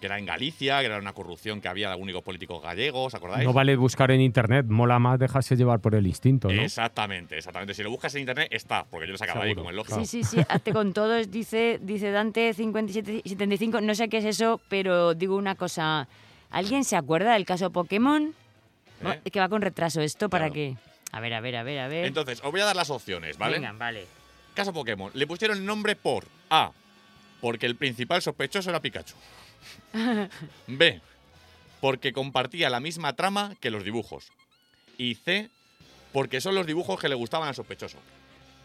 Speaker 3: Que era en Galicia, que era una corrupción que había de únicos políticos gallegos, ¿acordáis?
Speaker 2: No vale buscar en internet, mola más dejarse llevar por el instinto, ¿no?
Speaker 3: Exactamente, exactamente. Si lo buscas en internet, está, porque yo lo sacaba ahí,
Speaker 2: Seguro,
Speaker 3: como es lógico.
Speaker 1: Sí, sí, sí, hazte con todos, dice, dice Dante 5775. No sé qué es eso, pero digo una cosa. ¿Alguien se acuerda del caso Pokémon? No,
Speaker 3: ¿Eh?
Speaker 1: Que va con retraso esto para
Speaker 3: Claro.
Speaker 1: que. A ver, a ver, a ver, a ver.
Speaker 3: Entonces, os voy a dar las opciones, ¿vale?
Speaker 1: Venga, vale.
Speaker 3: Caso Pokémon. Le pusieron el nombre por A. Porque el principal sospechoso era Pikachu. B. Porque compartía la misma trama que los dibujos. Y C. Porque son los dibujos que le gustaban al sospechoso.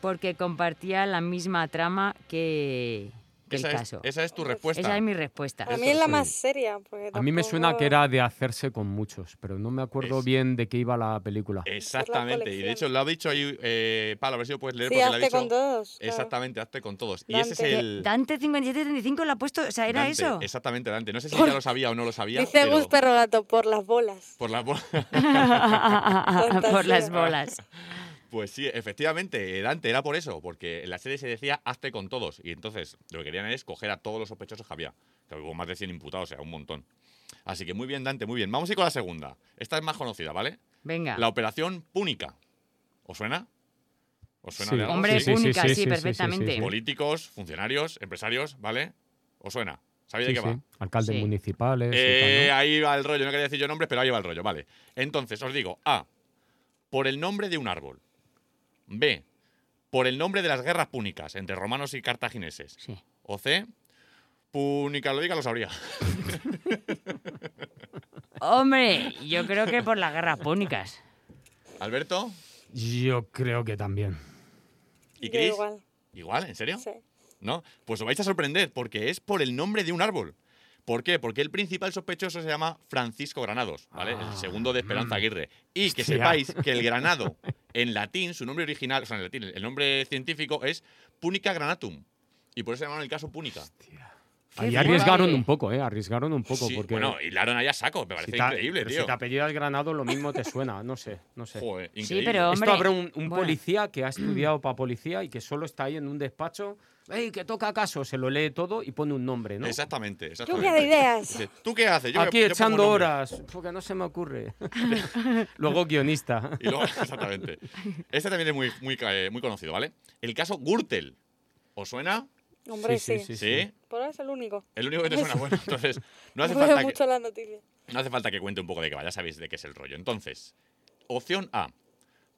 Speaker 1: Porque compartía la misma trama que, que el
Speaker 3: esa,
Speaker 1: caso.
Speaker 3: Es, esa es tu respuesta.
Speaker 1: Esa es mi respuesta.
Speaker 4: A mí es la
Speaker 2: sí.
Speaker 4: más seria. Porque
Speaker 2: A mí me suena
Speaker 4: tampoco-
Speaker 2: que era de hacerse con muchos, pero no me acuerdo
Speaker 3: Es- Eh,
Speaker 2: bien de qué iba la película.
Speaker 3: Exactamente. Y de hecho lo ha dicho ahí, eh, Pablo, a ver si lo puedes leer.
Speaker 4: Sí,
Speaker 3: porque le ha
Speaker 4: hazte
Speaker 3: dicho,
Speaker 4: con todos. claro.
Speaker 3: Exactamente, hazte con todos. Y ese
Speaker 4: Dante.
Speaker 3: es
Speaker 1: Que
Speaker 3: el...
Speaker 1: Dante 5775 lo ha puesto. O sea, ¿era
Speaker 3: Dante,
Speaker 1: eso?
Speaker 3: Exactamente, Dante. No sé si ya lo sabía o no lo sabía.
Speaker 4: Dice
Speaker 3: pero
Speaker 4: Gus Perro Gato, por las bolas.
Speaker 3: Por la...
Speaker 1: Por las
Speaker 4: Fantasía.
Speaker 1: bolas.
Speaker 3: Pues sí, efectivamente, Dante era por eso, porque en la serie se decía hazte con todos. Y entonces lo que querían es coger a todos los sospechosos que había. Que hubo más de 100 imputados, o sea, un montón. Así que muy bien, Dante, muy bien. Vamos a ir con la segunda. Esta es más conocida, ¿vale?
Speaker 1: Venga.
Speaker 3: La operación Púnica. ¿Os suena? ¿Os suena de algo?
Speaker 1: Hombre,
Speaker 3: Sí.
Speaker 1: sí. única, perfectamente.
Speaker 3: Políticos, funcionarios, empresarios, ¿vale? ¿Os suena? ¿Sabéis
Speaker 2: Sí,
Speaker 3: de qué va?
Speaker 2: sí. Alcaldes
Speaker 1: Sí.
Speaker 2: municipales. y
Speaker 3: Eh,
Speaker 2: tal,
Speaker 3: ahí va el rollo, no quería decir yo nombres, pero ahí va el rollo, vale. Entonces, os digo, A, por el nombre de un árbol. B, por el nombre de las guerras púnicas entre romanos y cartagineses.
Speaker 1: Sí.
Speaker 3: O C, púnica lo diga, lo sabría.
Speaker 1: Hombre, yo creo que por las guerras púnicas.
Speaker 3: Alberto
Speaker 2: ¿no? Yo creo que también.
Speaker 3: y
Speaker 4: Yo
Speaker 3: Cris.
Speaker 4: igual.
Speaker 3: ¿Igual? ¿En serio?
Speaker 4: Sí.
Speaker 3: ¿No? Pues os vais a sorprender, porque es por el nombre de un árbol. ¿Por qué? Porque el principal sospechoso se llama Francisco Granados, ¿vale? el segundo de Esperanza Aguirre.
Speaker 2: Ah.
Speaker 3: Y que
Speaker 2: Mm. Hostia.
Speaker 3: sepáis que el granado, en latín, su nombre original, o sea, en latín, el nombre científico es Punica granatum. Y por eso llamaron el caso Púnica.
Speaker 1: Qué
Speaker 2: Ahí arriesgaron
Speaker 1: fuerte.
Speaker 2: un poco, ¿eh? Arriesgaron un poco.
Speaker 3: Sí,
Speaker 2: porque
Speaker 3: bueno, hilaron allá saco, me
Speaker 2: si
Speaker 3: parece
Speaker 2: te-
Speaker 3: increíble,
Speaker 2: pero
Speaker 3: tío.
Speaker 2: Si te apellidas Granado, lo mismo te suena. No sé, no sé.
Speaker 3: Joder,
Speaker 1: Sí,
Speaker 3: increíble.
Speaker 1: pero-
Speaker 2: Esto
Speaker 1: Hombre,
Speaker 2: habrá un, un
Speaker 1: bueno.
Speaker 2: policía que ha estudiado para policía y que solo está ahí en un despacho. ¡Ey, que toca caso! Se lo lee todo y pone un nombre, ¿no?
Speaker 3: Exactamente, exactamente.
Speaker 4: Lluvia de ideas.
Speaker 3: Dice, ¿Tú qué haces? Yo-
Speaker 2: Aquí
Speaker 3: yo pongo
Speaker 2: echando
Speaker 3: nombre".
Speaker 2: horas, porque no se me ocurre. Luego guionista.
Speaker 3: Y luego- exactamente. Este también es muy, muy, ca- eh, muy conocido, ¿vale? El caso Gürtel. ¿Os suena?
Speaker 4: Hombre, sí.
Speaker 2: Sí,
Speaker 3: sí.
Speaker 2: sí.
Speaker 4: Por ahora es el único.
Speaker 3: El único que te suena bueno. Entonces, no hace,
Speaker 4: veo
Speaker 3: falta
Speaker 4: mucho
Speaker 3: que,
Speaker 4: las noticias.
Speaker 3: no hace falta que cuente un poco de qué va, ya sabéis de qué es el rollo. Entonces, opción A,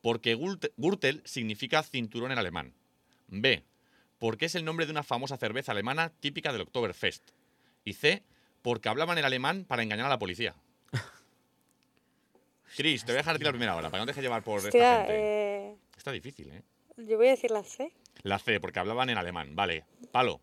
Speaker 3: porque Gürtel significa cinturón en alemán. B, porque es el nombre de una famosa cerveza alemana típica del Oktoberfest. Y C, porque hablaban el alemán para engañar a la policía. Chris, te voy a dejar a ti la primera hora, para que no te dejes llevar por esta
Speaker 4: Hostia,
Speaker 3: gente.
Speaker 4: eh,
Speaker 3: Está difícil, ¿eh?
Speaker 4: yo voy a decir la C.
Speaker 3: La C, porque hablaban en alemán. Vale, palo,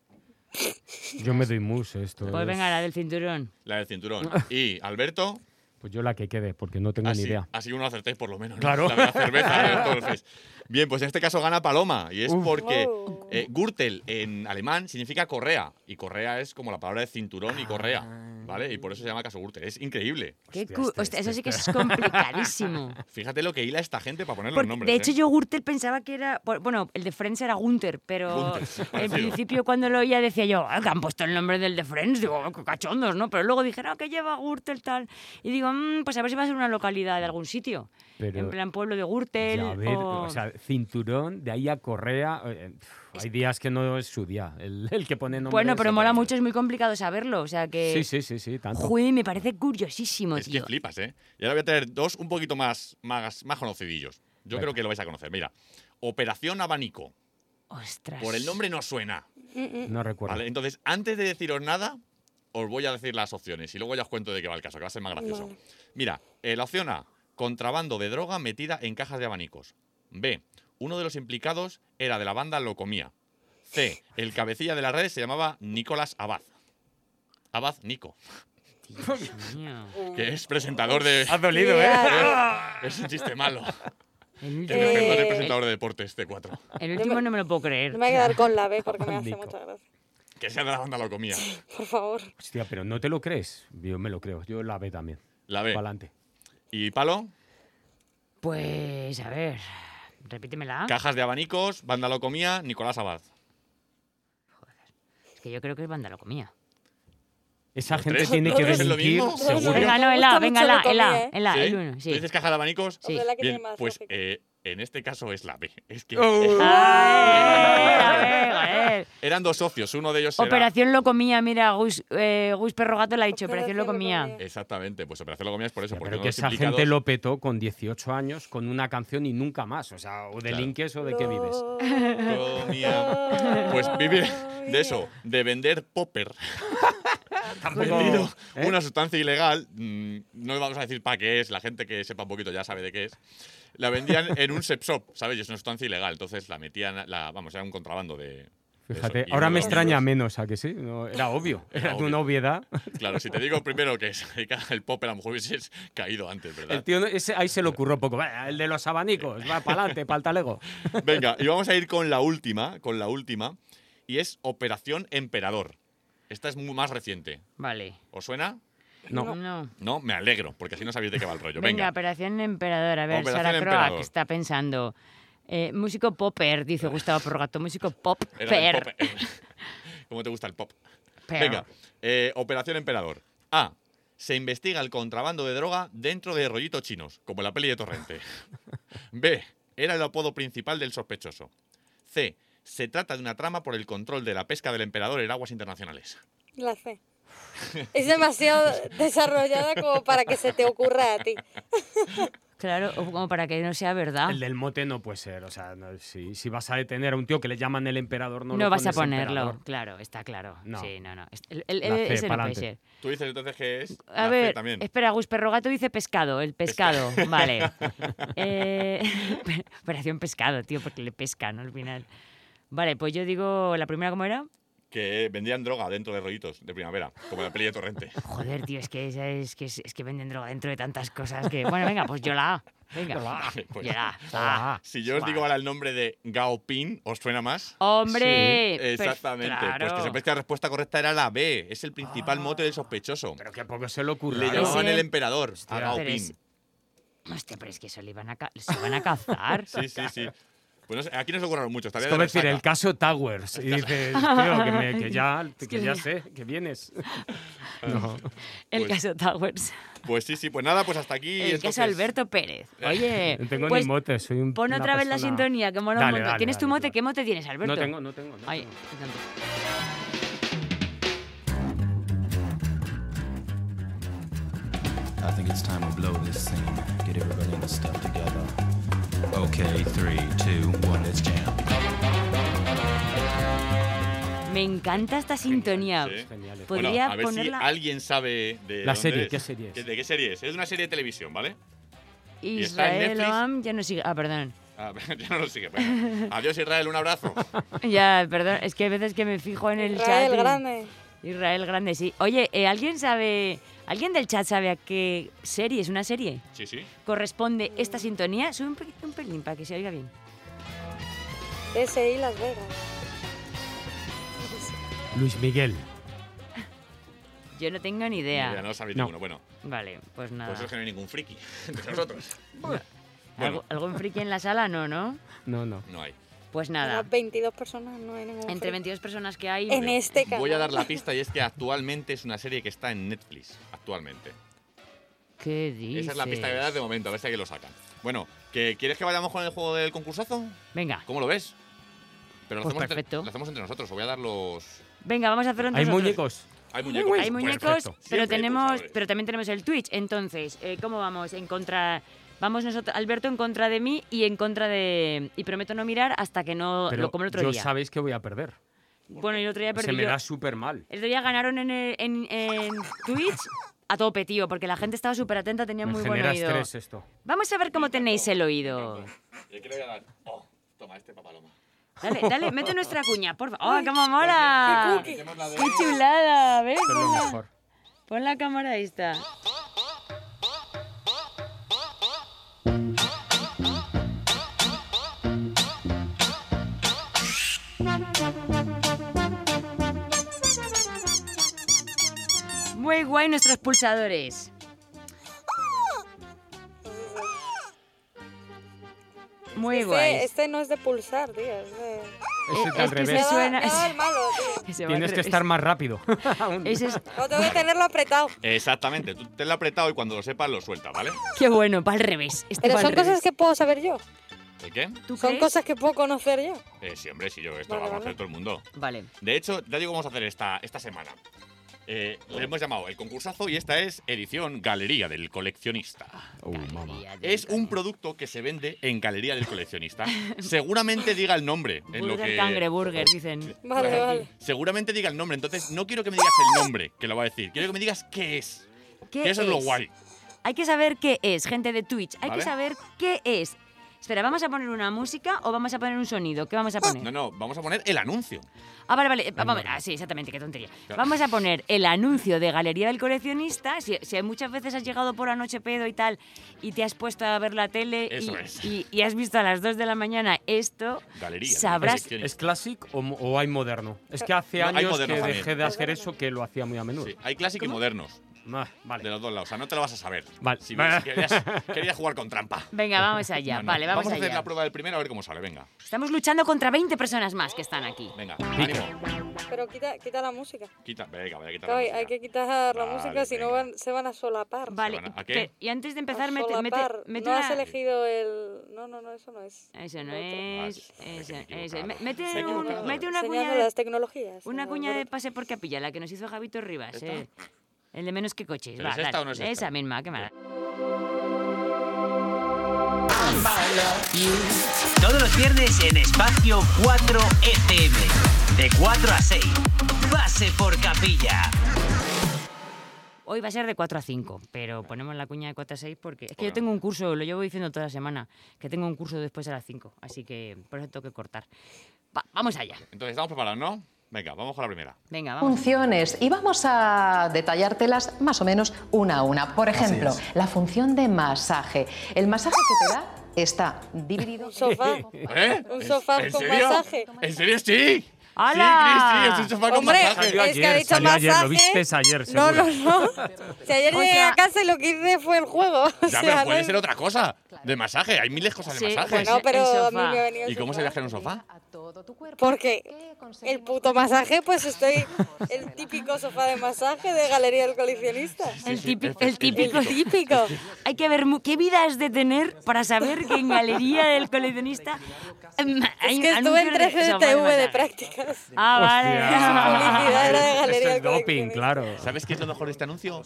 Speaker 2: Yo me doy mus esto.
Speaker 1: Pues
Speaker 2: es-
Speaker 1: venga, la del cinturón.
Speaker 3: la del cinturón. Y Alberto,
Speaker 2: Pues yo la que quede, porque no tengo
Speaker 3: así,
Speaker 2: ni idea.
Speaker 3: así uno acertéis por lo menos. ¿no?
Speaker 2: Claro.
Speaker 3: La de la cerveza, la del Oktoberfest. Bien, pues en este caso gana Paloma, y es
Speaker 2: Uf.
Speaker 3: porque
Speaker 4: Wow.
Speaker 3: eh, Gürtel en alemán significa correa, y correa es como la palabra de cinturón y correa,
Speaker 2: Ah.
Speaker 3: ¿vale? Y por eso se llama caso Gürtel. Es increíble.
Speaker 1: Qué
Speaker 2: Hostia,
Speaker 1: cu-
Speaker 2: este,
Speaker 1: hostia,
Speaker 2: este,
Speaker 1: eso sí que es complicadísimo.
Speaker 3: Fíjate lo que hila esta gente para poner los
Speaker 1: Porque,
Speaker 3: nombres.
Speaker 1: de hecho,
Speaker 3: ¿eh?
Speaker 1: yo Gürtel pensaba que era. por- Bueno, el de Friends era Gunther, pero
Speaker 3: Gunther, sí,
Speaker 1: en
Speaker 3: parecido.
Speaker 1: principio cuando lo oía decía yo, "Ah, que han puesto el nombre del de Friends, digo, "Ah, qué cachondos, ¿no? Pero luego dije, no, que lleva Gürtel tal. Y digo, "Mm, pues a ver si va a ser una localidad de algún sitio.
Speaker 2: Pero-
Speaker 1: en plan pueblo de Gürtel.
Speaker 2: Ya, a ver,
Speaker 1: o-
Speaker 2: o sea, cinturón, de ahí a correa. eh, pf, hay días que no es su día, el, el que pone nombre.
Speaker 1: bueno, pero mola
Speaker 2: desaparece.
Speaker 1: mucho, es muy complicado saberlo. O sea que.
Speaker 2: Sí, sí, sí, sí, tanto.
Speaker 1: Joder, me parece curiosísimo,
Speaker 3: Es que
Speaker 1: tío.
Speaker 3: flipas, ¿eh? Y ahora voy a traer dos un poquito más, más, más conocidillos. Yo
Speaker 2: Venga.
Speaker 3: creo que lo vais a conocer. Mira, Operación Abanico.
Speaker 1: Ostras.
Speaker 3: Por el nombre no suena.
Speaker 2: No recuerdo.
Speaker 3: ¿vale? Entonces, antes de deciros nada, os voy a decir las opciones y luego ya os cuento de qué va el caso, que va a ser más gracioso.
Speaker 4: Vale.
Speaker 3: Mira, eh, la opción A, contrabando de droga metida en cajas de abanicos. B, uno de los implicados era de la banda Locomía. C, el cabecilla de la red se llamaba Nicolás Abad. Abad Nico,
Speaker 1: Dios mío.
Speaker 3: que es presentador de...
Speaker 2: Ha ¿eh?
Speaker 3: Es un chiste malo.
Speaker 1: El
Speaker 3: El
Speaker 1: último,
Speaker 4: Eh,
Speaker 3: mejor representador de este deportes C4.
Speaker 1: el último no me lo puedo creer.
Speaker 4: No me voy a quedar con la B porque me hace
Speaker 2: Abanico.
Speaker 4: mucha gracia.
Speaker 3: Que sea de la banda Locomía.
Speaker 4: Por favor.
Speaker 2: Hostia, pero no te lo crees. Yo me lo creo. Yo la B también.
Speaker 3: La B.
Speaker 2: Pa'lante.
Speaker 3: Y Palo,
Speaker 1: Pues a ver, repítemela.
Speaker 3: cajas de abanicos, banda Locomía, Nicolás Abad.
Speaker 1: Es que yo creo que es banda locomía.
Speaker 2: Esa
Speaker 3: ¿Los
Speaker 2: gente
Speaker 3: tres?
Speaker 2: tiene
Speaker 3: ¿Los
Speaker 2: que
Speaker 3: tres es lo
Speaker 2: delinquir,
Speaker 3: mismo?
Speaker 2: seguro.
Speaker 4: Seguro.
Speaker 1: Venga, no,
Speaker 4: Me
Speaker 1: el A,
Speaker 4: gusta
Speaker 1: venga,
Speaker 4: mucho
Speaker 1: el A,
Speaker 4: la
Speaker 1: el A,
Speaker 4: locomía, ¿eh?
Speaker 1: el A,
Speaker 3: ¿Sí?
Speaker 1: el uno,
Speaker 3: ¿Tú
Speaker 1: sí.
Speaker 3: dices caja de abanicos?
Speaker 1: Sí.
Speaker 4: Hombre, la que
Speaker 3: Bien,
Speaker 4: tiene más Oh.
Speaker 3: pues
Speaker 4: lógica.
Speaker 3: eh, en este caso es la B. Es que
Speaker 1: ¡Ay! A ver, a ver.
Speaker 3: eran dos socios, uno de ellos era-
Speaker 1: Operación Locomía, mira, Gus, eh, Gus Perro Gato le ha dicho, Operación
Speaker 4: Operación
Speaker 1: Locomía.
Speaker 4: Locomía.
Speaker 3: Exactamente, pues Operación Locomía es por eso,
Speaker 2: Hostia,
Speaker 3: porque
Speaker 2: pero
Speaker 3: uno
Speaker 2: que
Speaker 3: de los
Speaker 2: esa gente
Speaker 3: implicados-
Speaker 2: lo petó con 18 años con una canción y nunca más. O sea, o delinques o de qué vives.
Speaker 3: Locomía. Pues vivir de eso, de vender popper, vendido
Speaker 2: ¿eh?
Speaker 3: una sustancia ilegal, mm, no vamos a decir para qué es, la gente que sepa un poquito ya sabe de qué es. La vendían en un sex shop, ¿sabes? Y es una sustancia ilegal, entonces la metían, la, vamos, era un contrabando de... de eso.
Speaker 2: Fíjate,
Speaker 3: Y
Speaker 2: ahora me
Speaker 3: uno de los
Speaker 2: extraña
Speaker 3: libros-
Speaker 2: menos a que sí. No, era obvio. Era, de una obviedad.
Speaker 3: Claro, si te digo primero que es el popper, a lo mejor hubieses caído antes, ¿verdad?
Speaker 2: El tío no- ese- ahí se le ocurrió poco. "Va, El de los abanicos. Va, pa'lante, pa'l talego.
Speaker 3: Venga, y vamos a ir con la última, con la última, y es Operación Emperador. Esta es muy más reciente.
Speaker 1: Vale.
Speaker 3: ¿Os suena?
Speaker 2: No.
Speaker 3: No, me alegro, porque así no sabéis de qué va el rollo.
Speaker 1: Venga,
Speaker 3: Venga,
Speaker 1: Operación Emperador. A ver,
Speaker 3: Operación
Speaker 1: Sara Croa,
Speaker 3: Emperador.
Speaker 1: que está pensando. Eh, músico popper, dice Gustavo Perro Gato. Músico popper.
Speaker 3: era el pop. eh. ¿Cómo te gusta el pop?
Speaker 1: per.
Speaker 3: Venga, eh, Operación Emperador. A. Se investiga el contrabando de droga dentro de rollitos chinos, como en la peli de Torrente. B. Era el apodo principal del sospechoso. C. Se trata de una trama por el control de la pesca del emperador en aguas internacionales.
Speaker 4: La C. Es demasiado desarrollada como para que se te ocurra a ti.
Speaker 1: Claro, o como para que no sea verdad.
Speaker 2: El del mote no puede ser. O sea, no- si, si vas a detener a un tío que le llaman el emperador, no,
Speaker 1: No,
Speaker 2: lo
Speaker 1: vas a
Speaker 2: pones
Speaker 1: ponerlo,
Speaker 2: emperador.
Speaker 1: claro, está claro.
Speaker 2: No.
Speaker 1: Sí, no, no. Est- el- el-
Speaker 2: La C,
Speaker 1: ese no puede
Speaker 2: pa'lante.
Speaker 1: ser.
Speaker 3: Tú dices entonces que es.
Speaker 1: A
Speaker 3: la C
Speaker 1: ver,
Speaker 3: también.
Speaker 1: espera, Gus Perro Gato dice pescado, el pescado, vale. Eh, operación pescado, tío, porque le pescan al final. Vale, pues yo digo, ¿la primera cómo era?
Speaker 3: Que vendían droga dentro de rollitos de primavera, como la peli de Torrente.
Speaker 1: Joder, tío, es que, es, es que, es que venden droga dentro de tantas cosas que... Bueno, venga, pues yo la A. Venga,
Speaker 3: Pues,
Speaker 1: yo la A, la A.
Speaker 2: Ah,
Speaker 3: si yo os digo ahora el nombre de Gao Pin, ¿os suena más?
Speaker 1: ¡Hombre! pues
Speaker 3: Exactamente. Pues que
Speaker 1: claro.
Speaker 3: sepáis que la respuesta correcta era la B. Es el principal mote del sospechoso.
Speaker 2: pero que poco se le ocurre.
Speaker 3: Le llamaban
Speaker 1: Ese-
Speaker 3: el emperador a Gao
Speaker 1: Pero
Speaker 3: Pin.
Speaker 1: es- Hostia, pero es que eso le iban a, ca- se iban a cazar.
Speaker 3: Sí, sí, sí. Pues no sé, aquí no se ocurrieron mucho.
Speaker 2: Es
Speaker 3: Estaría
Speaker 2: como
Speaker 3: de
Speaker 2: decir, el
Speaker 3: resaca.
Speaker 2: caso Towers. Y dices, tío, que, me- que ya, que ya sé, que vienes. No.
Speaker 1: El
Speaker 3: Pues-
Speaker 1: caso Towers.
Speaker 3: Pues sí, sí. Pues nada, pues hasta aquí.
Speaker 1: El
Speaker 3: entonces-
Speaker 1: caso Alberto Pérez. Oye,
Speaker 2: No tengo
Speaker 1: pues
Speaker 2: ni mote, soy un.
Speaker 1: pon
Speaker 2: una
Speaker 1: otra vez la
Speaker 2: persona-
Speaker 1: sintonía, que mola un
Speaker 2: Dale,
Speaker 1: montón.
Speaker 2: dale,
Speaker 1: ¿Tienes tu
Speaker 2: dale,
Speaker 1: mote?
Speaker 2: claro.
Speaker 1: ¿Qué mote tienes, Alberto?
Speaker 2: No tengo, no tengo. no
Speaker 1: Ay,
Speaker 2: tengo.
Speaker 1: me encanta.
Speaker 5: I think it's time to blow this scene. Get everybody and the stuff together. Okay, three, two, one, let's jam.
Speaker 1: Me encanta esta sintonía.
Speaker 3: sí.
Speaker 2: Genial. eh.
Speaker 1: Podría
Speaker 3: bueno, a ver
Speaker 1: ponerla-
Speaker 3: si alguien sabe de.
Speaker 2: La
Speaker 3: dónde
Speaker 2: serie,
Speaker 3: es.
Speaker 2: ¿qué serie es?
Speaker 3: ¿De- ¿De qué serie es? Es una serie de televisión, ¿vale? Y está en
Speaker 1: Israel
Speaker 3: Netflix.
Speaker 1: Oam ya no sigue. Ah, perdón.
Speaker 3: Ah, ya no lo sigue. bueno. Adiós, Israel, un abrazo.
Speaker 1: Ya, perdón. Es que hay veces que me fijo en el
Speaker 4: Israel
Speaker 1: chat. y-
Speaker 4: Grande.
Speaker 1: Israel Grande, sí. Oye, eh, ¿alguien sabe, alguien del chat sabe a qué serie es una serie?
Speaker 3: Sí, sí.
Speaker 1: ¿Corresponde esta sintonía? Sube un, pe- un pelín para que se oiga bien.
Speaker 4: Ese y Las Vegas.
Speaker 1: Pues-
Speaker 2: Luis Miguel.
Speaker 1: Yo no tengo ni idea.
Speaker 3: Mira, no lo sabéis
Speaker 2: No. Ah.
Speaker 3: ninguno. Bueno,
Speaker 1: Vale, pues nada.
Speaker 3: pues es que no hay ningún friki entre nosotros.
Speaker 1: ¿Algo-
Speaker 3: bueno.
Speaker 1: ¿Algún friki en la sala? No, ¿no?
Speaker 2: No, no.
Speaker 3: No hay.
Speaker 1: Pues nada.
Speaker 4: Unas 22 personas no hay ningún
Speaker 1: Entre
Speaker 4: friki.
Speaker 1: 22 personas que hay...
Speaker 4: En este caso.
Speaker 3: Voy a dar la pista y es que actualmente es una serie que está en Netflix. Actualmente.
Speaker 1: ¿Qué dices?
Speaker 3: Esa es la pista que voy a dar de momento, a ver si aquí lo sacan. Bueno, ¿que ¿quieres que vayamos con el juego del concursazo?
Speaker 1: Venga,
Speaker 3: ¿Cómo lo ves? Pero lo,
Speaker 1: Pues
Speaker 3: hacemos Entre,
Speaker 1: perfecto.
Speaker 3: lo hacemos entre nosotros, os voy a dar los.
Speaker 1: venga, vamos a hacer un
Speaker 2: Hay
Speaker 1: nosotros.
Speaker 2: muñecos.
Speaker 3: Hay muñecos.
Speaker 1: Hay
Speaker 3: por
Speaker 1: muñecos,
Speaker 3: supuesto. Siempre
Speaker 1: pero
Speaker 3: hay
Speaker 1: tenemos,
Speaker 3: pulsadores.
Speaker 1: pero también tenemos el Twitch. Entonces, eh, ¿cómo vamos? En contra, vamos nosotros, Alberto en contra de mí y en contra de y prometo no mirar hasta que no
Speaker 2: Pero
Speaker 1: lo como el otro
Speaker 2: yo
Speaker 1: día.
Speaker 2: sabéis que voy a perder.
Speaker 1: Bueno, el otro día
Speaker 2: Se
Speaker 1: perdí.
Speaker 2: me
Speaker 1: yo.
Speaker 2: da súper mal.
Speaker 1: El otro día ganaron en, el- en- en Twitch a tope, tío, porque la gente estaba súper atenta, tenía
Speaker 2: me
Speaker 1: muy buen
Speaker 2: genera
Speaker 1: oído.
Speaker 2: estrés eh. esto.
Speaker 1: Vamos a ver cómo tenéis el oído.
Speaker 3: Y aquí le voy a dar. Oh, toma este papaloma.
Speaker 1: Dale, dale, mete nuestra cuña, por favor. ¡Oh, cómo mola!
Speaker 4: qué
Speaker 1: ¡Qué
Speaker 4: cookie.
Speaker 1: chulada! ¿Ves?
Speaker 2: Esto es lo
Speaker 1: Pon la-
Speaker 2: mejor.
Speaker 1: Pon la cámara esta. Muy guay nuestros pulsadores. Muy
Speaker 4: Este,
Speaker 1: guay.
Speaker 4: este no es de pulsar, tío. Es de...
Speaker 2: Ese
Speaker 1: Eh, es
Speaker 2: al
Speaker 1: que se
Speaker 2: revés.
Speaker 4: Me va-
Speaker 1: suena-
Speaker 4: me va el malo, tío.
Speaker 2: Tienes que estar más rápido. Aún.
Speaker 1: Ese es-
Speaker 4: No tengo que tenerlo apretado.
Speaker 3: Exactamente, tú te lo apretado y cuando lo sepas lo sueltas, ¿vale?
Speaker 1: Qué bueno, va al revés. Este
Speaker 4: Pero
Speaker 1: va al
Speaker 4: son cosas
Speaker 1: revés.
Speaker 4: que puedo saber yo.
Speaker 3: ¿El qué?
Speaker 1: ¿Tú
Speaker 4: Son
Speaker 1: crees?
Speaker 4: cosas que puedo conocer yo.
Speaker 3: Eh, sí, hombre, sí, yo esto lo
Speaker 4: Vale,
Speaker 3: va a conocer
Speaker 4: vale.
Speaker 3: todo el mundo.
Speaker 1: Vale.
Speaker 3: De hecho, ya digo, vamos a hacer esta, esta semana. Eh, le hemos llamado el concursazo y esta es edición Galería del Coleccionista.
Speaker 1: Galería del
Speaker 3: Es un producto que se vende en Galería del Coleccionista. Seguramente diga el nombre. es lo
Speaker 1: Burger
Speaker 3: que- Oh.
Speaker 1: Cangre Burger, dicen.
Speaker 4: Vale, vale.
Speaker 3: Seguramente diga el nombre, entonces no quiero que me digas el nombre que lo va a decir, quiero que me digas qué es.
Speaker 1: ¿Qué
Speaker 3: que eso es? lo guay.
Speaker 1: Hay que saber qué es, gente de Twitch. Hay
Speaker 3: ¿Vale?
Speaker 1: que saber qué es. Espera, ¿vamos a poner una música o vamos a poner un sonido? ¿Qué vamos a poner?
Speaker 3: Ah, No, no, vamos a poner el anuncio.
Speaker 1: Ah, vale, vale. eh, Vamos a ver. Ah, sí, exactamente, qué tontería.
Speaker 3: Claro.
Speaker 1: Vamos a poner el anuncio de Galería del Coleccionista. Si, si muchas veces has llegado por la noche pedo y tal, y te has puesto a ver la tele y,
Speaker 3: Eso es.
Speaker 1: y- y has visto a las 2 de la mañana esto,
Speaker 3: Galería. del
Speaker 1: sabrás.
Speaker 3: Coleccionista.
Speaker 2: ¿Es clásico o, mo- o hay moderno? Es que hace
Speaker 3: No, hay
Speaker 2: años que
Speaker 3: moderno también.
Speaker 2: dejé de hacer eso, que lo hacía muy a menudo.
Speaker 3: Sí, hay clásicos y modernos,
Speaker 2: Ah,
Speaker 3: de
Speaker 2: vale.
Speaker 3: los dos lados. O sea, no te lo vas a saber.
Speaker 2: Vale.
Speaker 3: Si, si querías, querías jugar con trampa.
Speaker 1: Venga, vamos allá.
Speaker 3: No, no.
Speaker 1: Vale, vamos,
Speaker 3: a hacer
Speaker 1: allá.
Speaker 3: la prueba del primero a ver cómo sale. Venga,
Speaker 1: Estamos luchando contra 20 personas más que están aquí.
Speaker 3: venga, ánimo.
Speaker 4: Pero quita, quita la música.
Speaker 3: Quita, venga, voy a quitar. la
Speaker 4: Hay,
Speaker 3: música.
Speaker 4: hay que quitar la
Speaker 3: Vale,
Speaker 4: música, si no
Speaker 3: venga.
Speaker 4: van- se van a solapar.
Speaker 1: Vale,
Speaker 3: van a- ¿a qué?
Speaker 1: pe- y antes de empezar,
Speaker 4: A
Speaker 1: mete, mete,
Speaker 4: solapar.
Speaker 1: mete
Speaker 4: no
Speaker 1: una-
Speaker 4: has elegido el... No, no, no, eso no es.
Speaker 1: Eso no
Speaker 4: Otro.
Speaker 1: es.
Speaker 3: Ah, es- es
Speaker 1: eso-
Speaker 3: que me he
Speaker 1: eso.
Speaker 3: equivocado.
Speaker 1: Me-
Speaker 3: Me
Speaker 1: Mete,
Speaker 3: he
Speaker 1: un-
Speaker 3: equivocado.
Speaker 1: mete una cuña
Speaker 4: Enseñando
Speaker 1: de,
Speaker 4: las tecnologías.
Speaker 1: una
Speaker 4: señor
Speaker 1: cuña de
Speaker 4: Alberto.
Speaker 1: pase por capilla, la que nos hizo Javito Rivas.
Speaker 3: ¿Esta?
Speaker 1: eh. El de menos que coches.
Speaker 3: ¿Pero
Speaker 1: Va,
Speaker 3: es esta
Speaker 1: dale.
Speaker 3: o no es
Speaker 1: Esa
Speaker 3: esta?
Speaker 1: misma, qué mala.
Speaker 6: Todos los viernes en Espacio 4 FM. De 4 a 6. Pase por capilla.
Speaker 1: Hoy va a ser de 4 a 5, pero ponemos la cuña de 4 a 6 porque es que yo
Speaker 3: Bueno.
Speaker 1: tengo un curso, lo llevo diciendo toda la semana, que tengo un curso después a las 5, así que por eso tengo que cortar. Va, vamos allá.
Speaker 3: Entonces, estamos preparados, ¿no? Venga, vamos con la primera.
Speaker 1: Venga, vamos.
Speaker 7: Funciones y vamos a detallártelas más o menos una a una. Por ejemplo, la función de masaje. El masaje que te da está dividido.
Speaker 4: Un sofá.
Speaker 3: ¿Eh?
Speaker 4: Un
Speaker 3: ¿En-
Speaker 4: sofá
Speaker 3: ¿en
Speaker 4: con
Speaker 3: serio?
Speaker 4: masaje.
Speaker 3: ¿En serio? ¡Sí!
Speaker 1: ¡Hala!
Speaker 3: Sí, Chris, sí, es un sofá con
Speaker 4: Hombre,
Speaker 3: masaje.
Speaker 2: Salió
Speaker 4: es que ha
Speaker 2: ayer,
Speaker 4: dicho
Speaker 2: salió
Speaker 4: masaje.
Speaker 2: ayer, lo vistes ayer,
Speaker 4: No, no,
Speaker 2: seguro.
Speaker 4: no. Si ayer
Speaker 1: O
Speaker 4: llegué
Speaker 1: sea-
Speaker 4: a casa y lo que hice fue el juego. o
Speaker 3: Ya,
Speaker 4: sea,
Speaker 3: pero
Speaker 4: no
Speaker 3: puede
Speaker 4: es-
Speaker 3: ser otra cosa. De masaje, hay miles de cosas de
Speaker 1: Sí,
Speaker 3: masajes.
Speaker 1: pues
Speaker 4: Bueno, pero
Speaker 1: El
Speaker 4: a mí
Speaker 1: sofá.
Speaker 4: me ha venido el
Speaker 3: ¿Y cómo se
Speaker 4: sofá.
Speaker 3: viaja en un sofá?
Speaker 7: A todo tu cuerpo.
Speaker 4: Porque el puto masaje, pues estoy el típico sofá de masaje de Galería del Coleccionista.
Speaker 1: El,
Speaker 3: sí,
Speaker 1: típi-
Speaker 3: es-
Speaker 1: el
Speaker 3: es
Speaker 1: típico.
Speaker 4: El típico.
Speaker 1: Hay que ver mu- qué vida has de tener para saber que en Galería del Coleccionista em, hay
Speaker 4: Es que
Speaker 1: anuncios
Speaker 4: estuve en
Speaker 1: de-
Speaker 4: 3
Speaker 1: sofá de
Speaker 4: TV de
Speaker 1: masaje.
Speaker 4: prácticas.
Speaker 1: Ah, vale.
Speaker 4: Publicidad era de
Speaker 2: es
Speaker 4: Galería
Speaker 2: el
Speaker 4: del
Speaker 2: doping,
Speaker 4: Coleccionista.
Speaker 2: claro.
Speaker 3: ¿Sabes qué es lo mejor de este anuncio?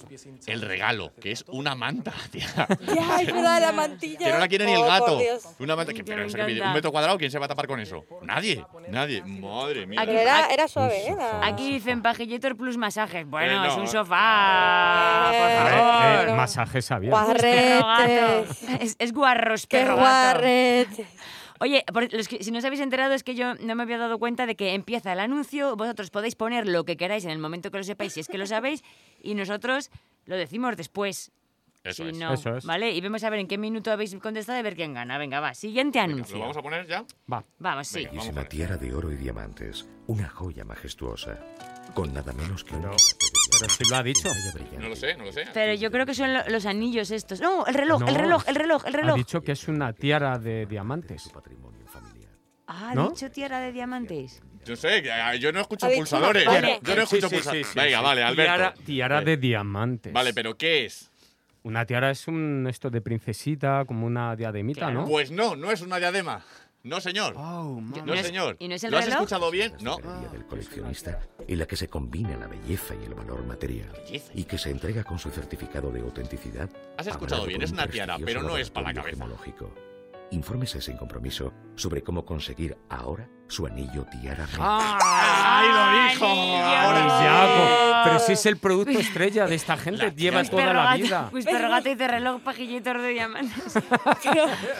Speaker 3: El regalo, que es una manta, tía.
Speaker 4: Ya, es verdad, la mantilla.
Speaker 3: que no la quiere ni el
Speaker 4: Oh, por
Speaker 3: gato.
Speaker 4: Dios.
Speaker 3: Una manta- que-
Speaker 1: Ya
Speaker 3: pero
Speaker 1: me
Speaker 3: eso que mide
Speaker 1: encanta.
Speaker 3: un metro cuadrado, ¿quién se va a tapar con eso? Nadie, nadie. Madre mía.
Speaker 4: Pero era, era suave, ¿eh? La-
Speaker 1: Aquí dicen Pagilletor Plus masajes. Bueno,
Speaker 3: Eh, no.
Speaker 1: es un sofá.
Speaker 4: Eh,
Speaker 1: Por
Speaker 2: Eh,
Speaker 1: favor.
Speaker 4: no.
Speaker 2: masaje sabía.
Speaker 4: Guau.
Speaker 1: Es perro gato.
Speaker 4: Guarretes.
Speaker 1: Es, es guarros,
Speaker 4: ¡Qué
Speaker 1: perro gato.
Speaker 4: guarrete!
Speaker 1: Oye, por los que- si no os habéis enterado es que yo no me había dado cuenta de que empieza el anuncio, vosotros podéis poner lo que queráis en el momento que lo sepáis, si es que lo sabéis, y nosotros lo decimos después.
Speaker 3: Eso
Speaker 1: si
Speaker 3: es.
Speaker 1: no,
Speaker 2: Eso es.
Speaker 1: ¿Vale? Y vemos a ver en qué minuto habéis contestado y ver quién gana. Venga, va. Siguiente anuncio.
Speaker 3: pues ¿Lo vamos a poner ya?
Speaker 2: Va.
Speaker 1: Vamos, sí.
Speaker 3: Venga.
Speaker 8: Y
Speaker 3: Vamos
Speaker 8: es
Speaker 3: con
Speaker 8: la
Speaker 3: eso.
Speaker 8: tiara de oro y diamantes, una joya majestuosa, con nada menos que un
Speaker 2: Pero-
Speaker 8: colgante de
Speaker 2: pero si lo ha dicho.
Speaker 8: diamante, una joya
Speaker 3: No lo
Speaker 8: brillante.
Speaker 3: sé, no lo sé.
Speaker 1: Pero yo creo que son lo- los anillos estos. No, el reloj, el
Speaker 2: No.
Speaker 1: reloj, el reloj, el
Speaker 2: Ha
Speaker 1: reloj.
Speaker 2: dicho que es una tiara de diamantes.
Speaker 8: Su patrimonio familiar.
Speaker 1: Ah, ha
Speaker 2: ¿No?
Speaker 1: dicho tierra de diamantes.
Speaker 3: Yo sé, que, ah, yo no escucho
Speaker 4: Ha dicho
Speaker 3: pulsadores.
Speaker 4: una palabra.
Speaker 3: Yo no
Speaker 2: Sí, sí,
Speaker 3: escucho
Speaker 2: sí,
Speaker 3: pulsadores.
Speaker 2: sí,
Speaker 3: Venga,
Speaker 2: sí.
Speaker 3: vale,
Speaker 2: Tiara,
Speaker 3: Alberto.
Speaker 2: tiara de diamantes.
Speaker 3: Vale, pero ¿qué es?
Speaker 2: Una tiara es un esto de princesita, como una diademita,
Speaker 1: Claro.
Speaker 2: ¿no?
Speaker 3: Pues no, no es una diadema. No, señor.
Speaker 1: ¿No
Speaker 3: No,
Speaker 1: es-
Speaker 3: señor.
Speaker 1: y no es el
Speaker 3: ¿Lo has
Speaker 1: reloj?
Speaker 3: escuchado bien?
Speaker 8: La
Speaker 3: No.
Speaker 8: sastrería del coleccionista, en la que se combina la belleza y el valor material, y que se entrega con su certificado de autenticidad.
Speaker 3: Has escuchado
Speaker 8: avalado
Speaker 3: bien,
Speaker 8: por
Speaker 3: es
Speaker 8: un
Speaker 3: una tiara,
Speaker 8: prestigioso
Speaker 3: pero no es para la
Speaker 8: laboratorio
Speaker 3: cabeza.
Speaker 8: gemológico. Infórmese sin compromiso sobre cómo conseguir ahora su anillo tiara. real.
Speaker 3: ¡Ahí lo dijo!
Speaker 1: Anillo.
Speaker 3: Ahora sí.
Speaker 2: Yago, pero si es el producto estrella de esta gente,
Speaker 3: La
Speaker 2: lleva
Speaker 3: tiara.
Speaker 2: toda la
Speaker 1: Perro
Speaker 2: vida.
Speaker 1: gato, Pues perro gato y de reloj, pajilletor de diamantes.
Speaker 2: Pues,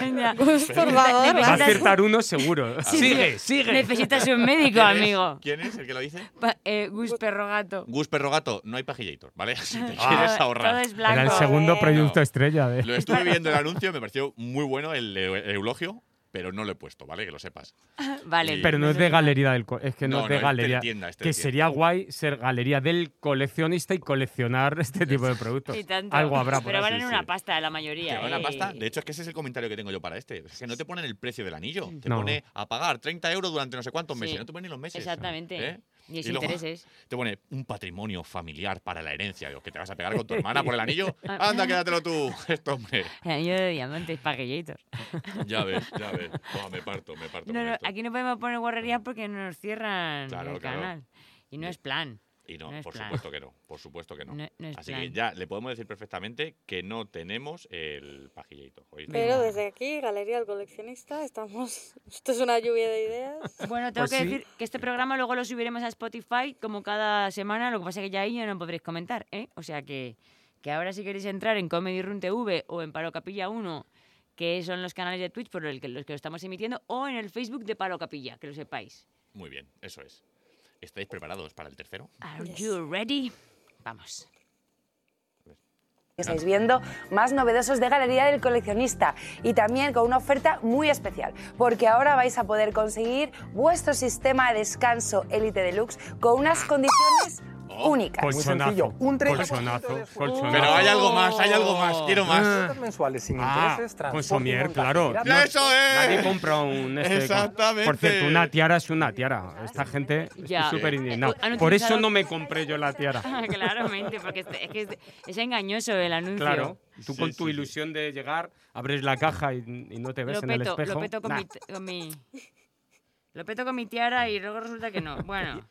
Speaker 1: Venga.
Speaker 4: Gus, por favor.
Speaker 2: Va a
Speaker 1: Necesitas-
Speaker 2: acertar uno seguro. Sigue, sigue.
Speaker 1: Necesitas un médico,
Speaker 3: ¿Quién es?
Speaker 1: amigo.
Speaker 3: ¿Quién es el que lo dice?
Speaker 1: Pa- eh, Gus perro gato.
Speaker 3: Gus Perro Gato, no hay pagillator, ¿vale? Si te
Speaker 1: Ah. Todo-
Speaker 3: quieres
Speaker 1: Todo
Speaker 3: ahorrar.
Speaker 1: es blanco.
Speaker 4: segundo
Speaker 3: producto
Speaker 2: estrella
Speaker 3: Lo estuve viendo el anuncio, me pareció muy bueno el eu- eulogio, pero no lo he puesto, ¿vale? Que lo sepas.
Speaker 1: Vale.
Speaker 2: Pero no es de
Speaker 1: Entonces,
Speaker 2: galería del co- es que no,
Speaker 3: No,
Speaker 2: es de
Speaker 3: no, es de
Speaker 2: galería.
Speaker 3: tienda, es de
Speaker 2: que
Speaker 3: tienda.
Speaker 2: sería guay ser galería del coleccionista y coleccionar este tipo de productos.
Speaker 1: ni tanto.
Speaker 2: Algo habrá por
Speaker 1: Pero
Speaker 2: ahí,
Speaker 1: valen
Speaker 2: sí,
Speaker 1: una
Speaker 2: sí.
Speaker 1: pasta la mayoría.
Speaker 3: Te va una
Speaker 1: eh.
Speaker 3: pasta. De hecho, es que ese es el comentario que tengo yo para este. Es que no te ponen el precio del anillo. Te
Speaker 2: No.
Speaker 3: pone a pagar 30 euros durante no sé cuántos
Speaker 1: Sí.
Speaker 3: meses. No te ponen ni los meses.
Speaker 1: Exactamente.
Speaker 3: ¿Eh?
Speaker 1: Y es
Speaker 3: luego
Speaker 1: intereses.
Speaker 3: Te pone un patrimonio familiar para la herencia. Digo, que te vas a pegar con tu hermana por el anillo.
Speaker 1: Ah,
Speaker 3: Anda, quédatelo tú. Esto, hombre.
Speaker 1: Anillo de diamantes, pajilletor.
Speaker 3: Ya ves, ya ves. Buah, me parto, me parto.
Speaker 1: No,
Speaker 3: con
Speaker 1: no,
Speaker 3: esto.
Speaker 1: aquí no podemos poner guarrerías porque nos cierran
Speaker 3: Claro,
Speaker 1: el
Speaker 3: claro.
Speaker 1: canal. Y no es plan.
Speaker 3: Y no,
Speaker 1: no es
Speaker 3: por
Speaker 1: plan.
Speaker 3: supuesto que no. Por supuesto que no.
Speaker 1: No- no es
Speaker 3: Así que
Speaker 1: plan.
Speaker 3: ya le podemos decir perfectamente que no tenemos el pajillator. ¿oíste?
Speaker 4: Pero desde aquí, Galería del Coleccionista, estamos... Esto es una lluvia de ideas.
Speaker 1: Bueno, tengo
Speaker 2: Pues
Speaker 1: que
Speaker 2: sí.
Speaker 1: decir que este programa luego lo subiremos a Spotify como cada semana, lo que pasa que ya ahí ya no podréis comentar, ¿eh? O sea que, que ahora si queréis entrar en Comedy Room TV o en Paro Capilla 1, que son los canales de Twitch por el que, los que lo estamos emitiendo, o en el Facebook de Paro Capilla, que lo sepáis.
Speaker 3: Muy bien, eso es. ¿Estáis preparados para el tercero?
Speaker 1: Are you ready? Vamos.
Speaker 9: que estáis viendo, más novedosos de Galería del Coleccionista y también con una oferta muy especial, porque ahora vais a poder conseguir vuestro sistema de descanso Elite Deluxe con unas condiciones
Speaker 3: Oh,
Speaker 9: únicas.
Speaker 2: Colchonazo. Colchonazo. Colchonazo.
Speaker 3: Pero hay algo más, hay algo más, quiero más.
Speaker 10: mensuales sin
Speaker 2: Ah,
Speaker 10: intereses, transporte
Speaker 2: con
Speaker 10: y
Speaker 2: somier,
Speaker 10: montaje.
Speaker 2: claro.
Speaker 10: Gratis.
Speaker 2: No,
Speaker 3: ¡Eso es!
Speaker 2: Nadie compra un este con-
Speaker 3: Exactamente.
Speaker 2: Por cierto, una tiara es una tiara. Esta gente
Speaker 1: Ya.
Speaker 2: es súper indignada.
Speaker 1: Eh, han
Speaker 2: Por eso
Speaker 1: utilizado-
Speaker 2: no me compré yo la tiara.
Speaker 1: Ah, Claramente, porque este- es, que es, es engañoso el anuncio.
Speaker 2: Claro. Tú
Speaker 3: Sí,
Speaker 2: con
Speaker 3: sí,
Speaker 2: tu
Speaker 3: sí.
Speaker 2: ilusión de llegar, abres la caja y, y no te ves
Speaker 1: Lo
Speaker 2: en el
Speaker 1: peto,
Speaker 2: espejo.
Speaker 1: lo peto con,
Speaker 2: Nah.
Speaker 1: mi, con mi- Lo peto con mi tiara y luego resulta que no. Bueno.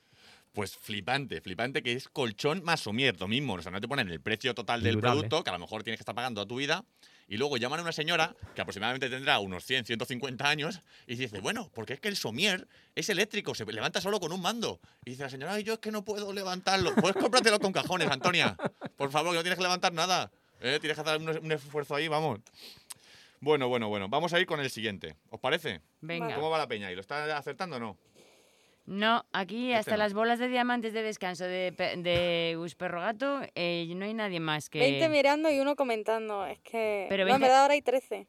Speaker 3: Pues flipante, flipante que es colchón más somier, lo mismo. O sea, no te ponen el precio total del
Speaker 2: Indudable.
Speaker 3: producto, que a lo mejor tienes que estar pagando a tu vida. Y luego llaman a una señora que aproximadamente tendrá unos 100, 150 años y dice, bueno, porque es que el somier es eléctrico, se levanta solo con un mando. Y dice la señora, ay, yo es que no puedo levantarlo. Pues cómpratelo con cajones, Antonia. Por favor, que no tienes que levantar nada. ¿eh? Tienes que hacer un, un esfuerzo ahí, vamos. Bueno, bueno, bueno. Vamos a ir con el siguiente. ¿Os parece?
Speaker 1: Venga.
Speaker 3: ¿Cómo va la peña? ¿Y lo está acertando o no?
Speaker 1: No, aquí hasta
Speaker 3: no.
Speaker 1: las bolas de diamantes de descanso de, pe- de Gus Perro Gato eh, no hay nadie más que...
Speaker 4: 20 mirando y uno comentando. Es que...
Speaker 1: Pero
Speaker 4: no, en
Speaker 1: 20
Speaker 4: verdad ahora hay 13.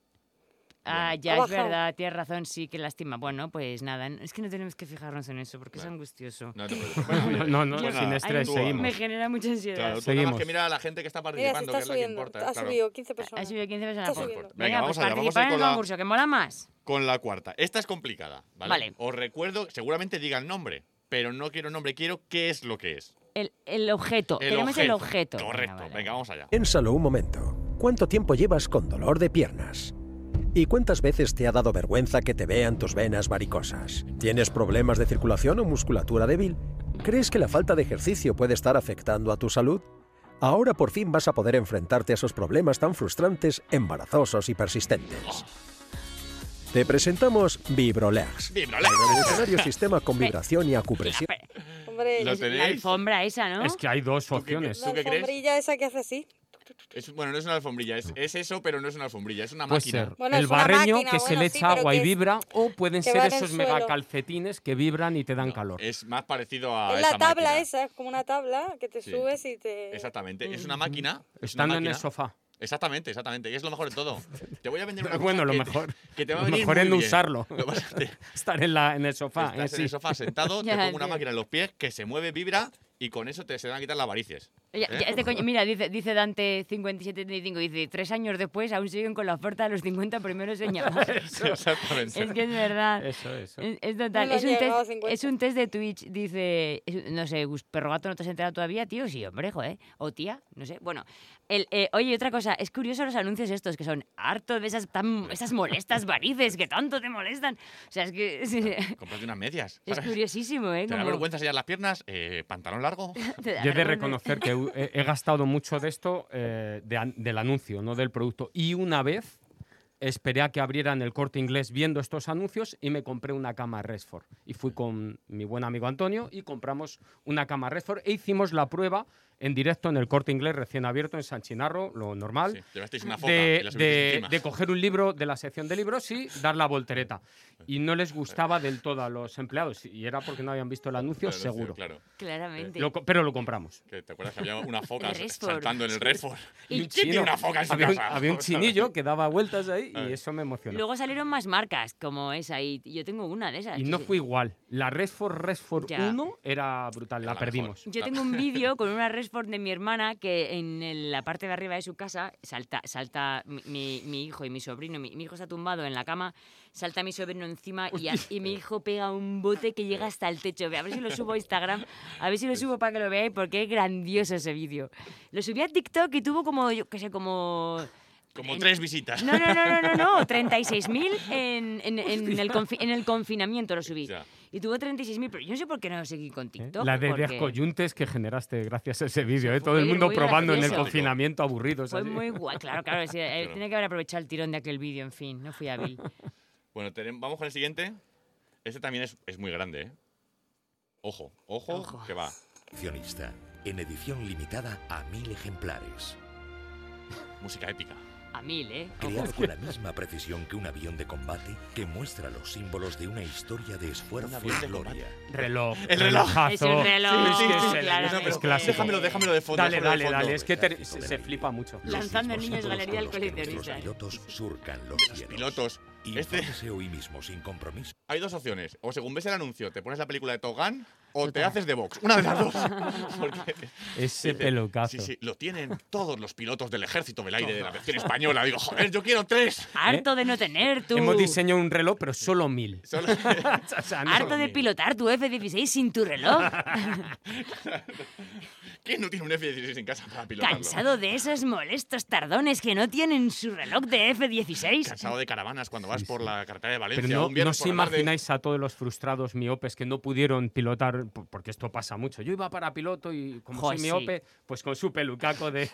Speaker 1: Ah, ya
Speaker 4: ha
Speaker 1: es
Speaker 4: bajado.
Speaker 1: verdad, tienes razón, sí, que lástima. Bueno, pues nada, n- es que no tenemos que fijarnos en eso porque es
Speaker 3: Bueno.
Speaker 1: angustioso.
Speaker 3: No, te preocupes. Bueno, oye,
Speaker 2: No, no,
Speaker 3: pues
Speaker 2: sin
Speaker 3: nada,
Speaker 2: estrés,
Speaker 3: tú,
Speaker 2: seguimos.
Speaker 1: Me genera mucha ansiedad.
Speaker 3: Claro, tú nada más
Speaker 2: Seguimos.
Speaker 3: que mira a la gente que está
Speaker 4: Mira, se
Speaker 3: participando,
Speaker 4: está
Speaker 3: que es la que
Speaker 4: subiendo.
Speaker 3: importa.
Speaker 4: ha
Speaker 3: claro.
Speaker 4: subido 15
Speaker 1: Ha
Speaker 4: personas.
Speaker 1: subido 15 personas.
Speaker 4: Está
Speaker 1: Pues,
Speaker 4: subiendo.
Speaker 1: Venga,
Speaker 3: Venga,
Speaker 1: pues
Speaker 3: vamos allá, vamos a
Speaker 1: participar
Speaker 3: ir
Speaker 1: en el
Speaker 3: con la-
Speaker 1: concurso, que mola más.
Speaker 3: Con la cuarta. Esta es complicada, ¿vale?
Speaker 1: Vale.
Speaker 3: Os recuerdo, seguramente digan nombre, pero no quiero nombre, quiero qué es lo que es.
Speaker 1: El, el objeto,
Speaker 3: El
Speaker 1: queremos el objeto. Venga,
Speaker 3: Correcto, venga,
Speaker 1: vale.
Speaker 3: vamos allá.
Speaker 11: Piénsalo un momento. ¿Cuánto tiempo llevas con dolor de piernas? ¿Y cuántas veces te ha dado vergüenza que te vean tus venas varicosas? ¿Tienes problemas de circulación o musculatura débil? ¿Crees que la falta de ejercicio puede estar afectando a tu salud? Ahora por fin vas a poder enfrentarte a esos problemas tan frustrantes, embarazosos y persistentes. Te presentamos Vibrolex,
Speaker 3: Vibrolex.
Speaker 11: el revolucionario sistema con vibración y acupresión.
Speaker 4: Hombre,
Speaker 3: ¿Lo
Speaker 4: es
Speaker 1: La
Speaker 3: tenéis?
Speaker 1: alfombra esa, ¿no?
Speaker 2: Es que hay dos opciones.
Speaker 4: la
Speaker 3: ¿Tú qué crees?
Speaker 4: sombrilla esa que hace así.
Speaker 3: Es- bueno, no es una alfombrilla, es, es eso, pero no es una alfombrilla, es una
Speaker 2: Puede
Speaker 3: máquina.
Speaker 2: ser
Speaker 4: Bueno,
Speaker 2: el
Speaker 4: es una
Speaker 2: barreño
Speaker 4: máquina,
Speaker 2: que se
Speaker 4: bueno,
Speaker 2: le
Speaker 4: sí,
Speaker 2: echa
Speaker 4: pero
Speaker 2: agua y
Speaker 4: que es-
Speaker 2: vibra, o pueden
Speaker 4: que
Speaker 2: ser
Speaker 4: va en el
Speaker 2: esos
Speaker 4: suelo.
Speaker 2: mega calcetines que vibran y te dan calor.
Speaker 3: Es más parecido a.
Speaker 4: es la
Speaker 3: Ah, esa
Speaker 4: tabla
Speaker 3: máquina.
Speaker 4: esa, es como una tabla que te
Speaker 3: Sí.
Speaker 4: subes y te...
Speaker 3: Exactamente, es una máquina. es una
Speaker 2: Estando Mm-hmm. en el
Speaker 3: máquina.
Speaker 2: sofá.
Speaker 3: Exactamente, exactamente. Y es lo mejor de todo. Te voy a vender una cosa
Speaker 2: Bueno, lo
Speaker 3: que te-
Speaker 2: mejor.
Speaker 3: que te va a
Speaker 2: lo
Speaker 3: venir
Speaker 2: mejor
Speaker 3: muy
Speaker 2: es no
Speaker 3: bien.
Speaker 2: usarlo.
Speaker 3: Lo vas a- te-
Speaker 2: Estar en, la, en el sofá.
Speaker 3: estás
Speaker 2: eh,
Speaker 3: en
Speaker 2: sí.
Speaker 3: el sofá sentado, te
Speaker 1: Ya,
Speaker 3: pongo una
Speaker 1: tío.
Speaker 3: máquina en los pies que se mueve, vibra y con eso te se van a quitar las varices.
Speaker 1: Ya- ya, es de coña. Mira, dice, dice Dante5735, dice, tres años después aún siguen con la oferta de los 50 primeros señalados.
Speaker 3: Exactamente.
Speaker 1: es que es verdad.
Speaker 2: Eso, eso.
Speaker 1: Es, es total.
Speaker 4: No
Speaker 1: Es
Speaker 4: le
Speaker 1: un,
Speaker 4: han llegado
Speaker 1: test,
Speaker 4: 50.
Speaker 1: es un test de Twitch, dice. es un- no sé, Gus Perrogato, ¿no te has enterado todavía, tío? Sí, hombre, joder. O tía, no sé. Bueno, el, eh, oye, otra cosa. Es curioso los anuncios estos que son harto de esas, tan, esas molestas varices que tanto te molestan. O sea, es que. Es,
Speaker 3: Comprate unas medias.
Speaker 1: es
Speaker 3: ¿sabes?
Speaker 1: curiosísimo, ¿eh?
Speaker 3: ¿Te da
Speaker 1: Como-
Speaker 3: vergüenza enseñar las piernas? Eh, ¿Pantalón largo?
Speaker 1: te da
Speaker 2: Yo he de
Speaker 1: vergüenza.
Speaker 2: reconocer que he, he gastado mucho de esto, eh, de an- del anuncio, no del producto. Y una vez esperé a que abrieran el corte inglés viendo estos anuncios y me compré una cama Resford. Y fui con mi buen amigo Antonio y compramos una cama Resford e hicimos la prueba en directo en el corte inglés recién abierto en San Chinarro, lo normal
Speaker 3: Sí, llevasteis una foca y
Speaker 2: de,
Speaker 3: la subisteis
Speaker 2: de-
Speaker 3: encima.
Speaker 2: de coger un libro de la sección de libros y dar la voltereta. Y no les gustaba del todo a los empleados. Y era porque no habían visto el anuncio,
Speaker 3: Claro, sí,
Speaker 2: seguro.
Speaker 3: Claro.
Speaker 1: Claramente.
Speaker 2: Lo co- pero lo compramos.
Speaker 3: Que ¿Te acuerdas que había una foca
Speaker 1: El Redford.
Speaker 3: saltando en el Redford?
Speaker 2: Y
Speaker 3: ¿Quién tiene una foca en su
Speaker 2: había, un,
Speaker 3: casa?
Speaker 2: había un chinillo que daba vueltas ahí
Speaker 3: A ver.
Speaker 2: y eso me emocionó.
Speaker 1: Luego salieron más marcas como esa y yo tengo una de esas.
Speaker 2: y
Speaker 1: que
Speaker 2: no
Speaker 1: se-
Speaker 2: fue igual. La Resford Resford
Speaker 1: Ya.
Speaker 2: 1 era brutal, la,
Speaker 3: Era la
Speaker 2: perdimos.
Speaker 1: Yo tengo un vídeo con una Resford de mi hermana que en el- la parte de arriba de su casa salta, salta mi, mi- mi hijo y mi sobrino. Mi, mi hijo está tumbado en la cama, salta mi sobrino encima y, a- y mi hijo pega un bote que llega hasta el techo. A ver si lo subo a Instagram, a ver si lo subo para que lo veáis porque es grandioso ese vídeo. Lo subí a TikTok y tuvo como, yo qué sé, como...
Speaker 3: Como
Speaker 1: en-
Speaker 3: tres visitas.
Speaker 1: No, no, no, no, no, no. 36.000 en, en, en el confi- en el confinamiento lo subí.
Speaker 3: Ya.
Speaker 1: Y tuvo 36.000, pero yo no sé por qué no seguí con
Speaker 2: ¿eh?
Speaker 1: TikTok.
Speaker 2: La de
Speaker 1: porque
Speaker 2: descoyuntes que generaste gracias a ese vídeo.
Speaker 1: fue
Speaker 2: ¿eh? Todo el mundo
Speaker 1: muy
Speaker 2: probando en el
Speaker 1: gracioso.
Speaker 2: confinamiento aburridos.
Speaker 1: Fue
Speaker 2: así.
Speaker 1: muy guay, claro, claro. sí, eh,
Speaker 3: Claro.
Speaker 1: Tiene que haber aprovechado el tirón de aquel vídeo, en fin, no fui hábil.
Speaker 3: Bueno, tenem- vamos con el siguiente. Este también es, es muy grande, ¿eh? Ojo, ojo,
Speaker 1: Ojo.
Speaker 3: que va.
Speaker 8: Accionista, en edición limitada a mil ejemplares.
Speaker 3: Música épica.
Speaker 1: A mil, ¿eh?
Speaker 8: Creado con la misma precisión que un avión de combate que muestra los símbolos de una historia de esfuerzo
Speaker 3: avión
Speaker 8: y
Speaker 3: de
Speaker 8: gloria.
Speaker 2: Reloj.
Speaker 3: El reloj.
Speaker 2: Relajazo.
Speaker 1: Es un reloj,
Speaker 2: Sí, sí, es el-
Speaker 1: claramente.
Speaker 2: es clásico.
Speaker 3: Déjamelo, déjamelo de fondo.
Speaker 2: Dale,
Speaker 3: déjamelo
Speaker 2: dale,
Speaker 3: de fondo.
Speaker 2: dale. Es que te-
Speaker 8: Tráfico
Speaker 2: se,
Speaker 8: del
Speaker 2: se
Speaker 8: aire.
Speaker 2: flipa mucho.
Speaker 8: Los
Speaker 1: Lanzando
Speaker 8: mismos
Speaker 1: niños,
Speaker 8: símbolos
Speaker 1: galería
Speaker 8: con
Speaker 1: del
Speaker 8: los que nuestros
Speaker 1: coleccionista.
Speaker 8: pilotos surcan los
Speaker 3: Los
Speaker 8: cielos.
Speaker 3: pilotos. Este,
Speaker 8: Infórmese hoy mismo sin compromiso.
Speaker 3: hay dos opciones. O según ves el anuncio, te pones la película de Togan o te haces de Vox. Una de las dos. Porque,
Speaker 2: Ese
Speaker 3: dice,
Speaker 2: pelocazo.
Speaker 3: Sí, sí, lo tienen todos los pilotos del ejército del aire de la versión española. Digo, joder, yo quiero tres.
Speaker 8: ¿Eh?
Speaker 1: Harto de no tener tú.
Speaker 2: Hemos diseñado un reloj, pero solo mil.
Speaker 3: Solo-
Speaker 2: O sea, no-
Speaker 1: Harto de pilotar tu F-16 sin tu reloj.
Speaker 3: ¿Quién no tiene un F-16 en casa para pilotarlo?
Speaker 1: Cansado de esos molestos tardones que no tienen su reloj de F-16.
Speaker 3: Cansado de caravanas cuando vas por la carretera de Valencia.
Speaker 2: Pero no,
Speaker 3: un
Speaker 2: no
Speaker 3: viernes
Speaker 2: os
Speaker 3: por la tarde.
Speaker 2: imagináis a todos los frustrados miopes que no pudieron pilotar, por- porque esto pasa mucho. Yo iba para piloto y como
Speaker 1: Joder,
Speaker 2: soy
Speaker 1: sí.
Speaker 2: miope, pues con su pelucaco de,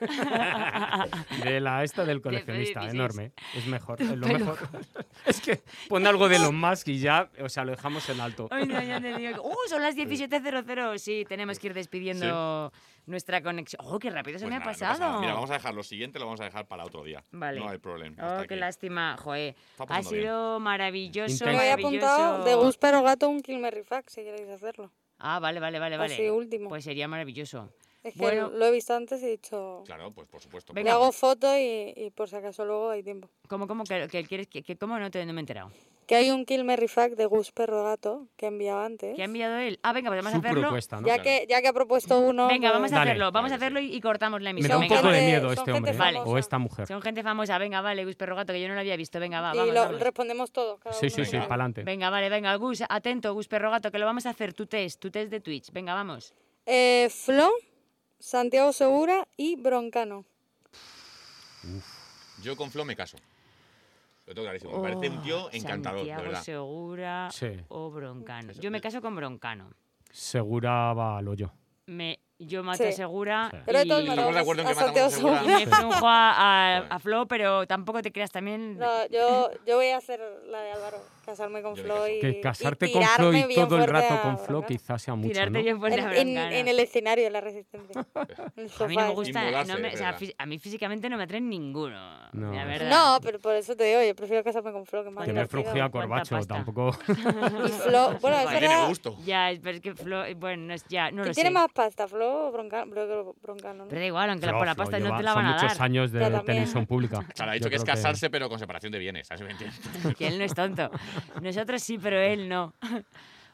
Speaker 2: de la esta del coleccionista,
Speaker 1: F16.
Speaker 2: enorme. Es mejor, es lo mejor. es que pon algo de los más y ya, o sea, lo dejamos en alto.
Speaker 1: Ay, no, ya te digo que- ¡Uh, son las 17.00! Sí, tenemos que ir despidiendo nuestra conexión. ¡Oh, qué rápido se
Speaker 3: Pues
Speaker 1: me ha
Speaker 3: nada, no pasa
Speaker 1: pasado!
Speaker 3: nada. Mira, vamos a dejar lo siguiente, lo vamos a dejar para otro día.
Speaker 1: Vale.
Speaker 3: No hay problema.
Speaker 1: Oh,
Speaker 3: hasta
Speaker 1: qué
Speaker 3: aquí.
Speaker 1: lástima, joe. Ha
Speaker 3: pasando
Speaker 1: sido maravilloso,
Speaker 2: Intenso.
Speaker 4: Lo he
Speaker 1: maravilloso.
Speaker 4: apuntado de Gus Perro Gato un Kilmer Fact, si queréis hacerlo.
Speaker 1: Ah, vale, vale, vale,
Speaker 4: Pues
Speaker 1: vale.
Speaker 4: sí, último.
Speaker 1: Pues sería maravilloso.
Speaker 4: Es que
Speaker 1: Bueno.
Speaker 4: lo he visto antes y he dicho...
Speaker 3: Claro, pues por supuesto.
Speaker 1: Venga.
Speaker 4: Le hago foto y, y por si acaso luego hay tiempo.
Speaker 1: ¿Cómo, cómo que, que quieres que, que- cómo no te no me he enterado?
Speaker 4: Que hay un Kill Mary Fact de Gus Perro Gato que he enviado antes.
Speaker 1: ¿Qué ha enviado él? Ah, venga, pues vamos a
Speaker 2: Su
Speaker 1: hacerlo.
Speaker 2: propuesta, ¿no?
Speaker 4: ya, que, ya que ha propuesto uno. pues,
Speaker 1: Venga, vamos a
Speaker 2: Dale.
Speaker 1: hacerlo, vamos a
Speaker 3: Claro
Speaker 1: hacerlo
Speaker 3: que
Speaker 1: y, y cortamos la
Speaker 2: Me
Speaker 1: emisión.
Speaker 2: da un
Speaker 4: Son
Speaker 2: poco de
Speaker 4: gente-
Speaker 2: miedo
Speaker 4: son
Speaker 2: este
Speaker 4: gente
Speaker 2: hombre, ¿eh?
Speaker 1: famosa.
Speaker 2: o esta mujer.
Speaker 1: Son gente famosa, venga, vale, Gus Perro Gato, que yo no lo había visto. Venga, va,
Speaker 4: Y
Speaker 1: vamos,
Speaker 4: lo
Speaker 1: vamos.
Speaker 4: respondemos todos. cada
Speaker 2: Sí, sí,
Speaker 4: uno
Speaker 2: sí,
Speaker 4: uno.
Speaker 2: para adelante.
Speaker 1: Venga, vale, venga, Gus, atento, Gus Perro Gato, que lo vamos a hacer, tu test, tu test de Twitch. Venga, vamos.
Speaker 4: Eh, Flo, Santiago Segura y Broncano.
Speaker 3: Yo con Flo me caso. Lo tengo clarísimo. Me parece un
Speaker 1: Oh,
Speaker 3: tío encantador, de
Speaker 1: Santiago
Speaker 3: verdad.
Speaker 1: Segura
Speaker 2: Sí.
Speaker 1: o Broncano. Yo me caso con Broncano.
Speaker 2: Segura va al hoyo.
Speaker 1: Me, Yo maté
Speaker 4: Sí.
Speaker 1: segura.
Speaker 4: Pero de todos
Speaker 1: y-
Speaker 4: modos, Estamos de acuerdo en que
Speaker 1: y
Speaker 4: a matamos a Santiago Segura.
Speaker 1: me frunjo a, a- a Flo, pero tampoco te creas también.
Speaker 4: No, yo, yo voy a hacer la de Álvaro, casarme con Flo y,
Speaker 2: Que
Speaker 4: y
Speaker 2: casarte con
Speaker 4: tirarme
Speaker 2: Flo y
Speaker 4: bien
Speaker 2: todo el
Speaker 4: fuerte
Speaker 2: rato
Speaker 4: a
Speaker 2: con Flo
Speaker 4: Brangana.
Speaker 2: quizás sea mucho,
Speaker 1: Tirarte
Speaker 2: ¿no?
Speaker 1: bien fuerte a
Speaker 4: en,
Speaker 1: Brangana.
Speaker 4: en el escenario de la resistencia. En el
Speaker 1: Pues A mí no
Speaker 4: sofá.
Speaker 1: me gusta,
Speaker 3: inmolarse,
Speaker 1: no me-
Speaker 3: es
Speaker 1: o sea,
Speaker 3: verdad.
Speaker 1: fí- a mí físicamente no me atraen ninguno.
Speaker 2: No.
Speaker 1: La verdad.
Speaker 4: No, pero por eso te digo, yo prefiero casarme con Flo, que es más
Speaker 2: Que me
Speaker 4: divertido.
Speaker 2: frugía
Speaker 1: ¿Cuánta
Speaker 2: Corbacho,
Speaker 1: pasta?
Speaker 2: tampoco.
Speaker 4: Y Flo, bueno, es
Speaker 3: Ahí tiene
Speaker 4: verdad.
Speaker 3: gusto.
Speaker 1: Ya, pero es que Flo, eh, bueno, no es- ya, no
Speaker 4: ¿Quién
Speaker 1: lo
Speaker 4: tiene
Speaker 1: sé.
Speaker 4: más pasta, Flo o Broncano? broncano ¿no?
Speaker 1: Pero da igual, aunque la-
Speaker 2: Flo,
Speaker 1: por la
Speaker 2: Flo,
Speaker 1: pasta no
Speaker 2: lleva-
Speaker 1: te la
Speaker 2: son
Speaker 1: van a
Speaker 2: muchos
Speaker 1: dar.
Speaker 2: años de
Speaker 4: Ya también.
Speaker 2: televisión pública.
Speaker 3: Claro, ha dicho
Speaker 2: Yo
Speaker 3: que es
Speaker 2: creo
Speaker 3: casarse, pero con separación de bienes, así me entiendes.
Speaker 1: Que él no es tonto. Nosotros sí, pero él no.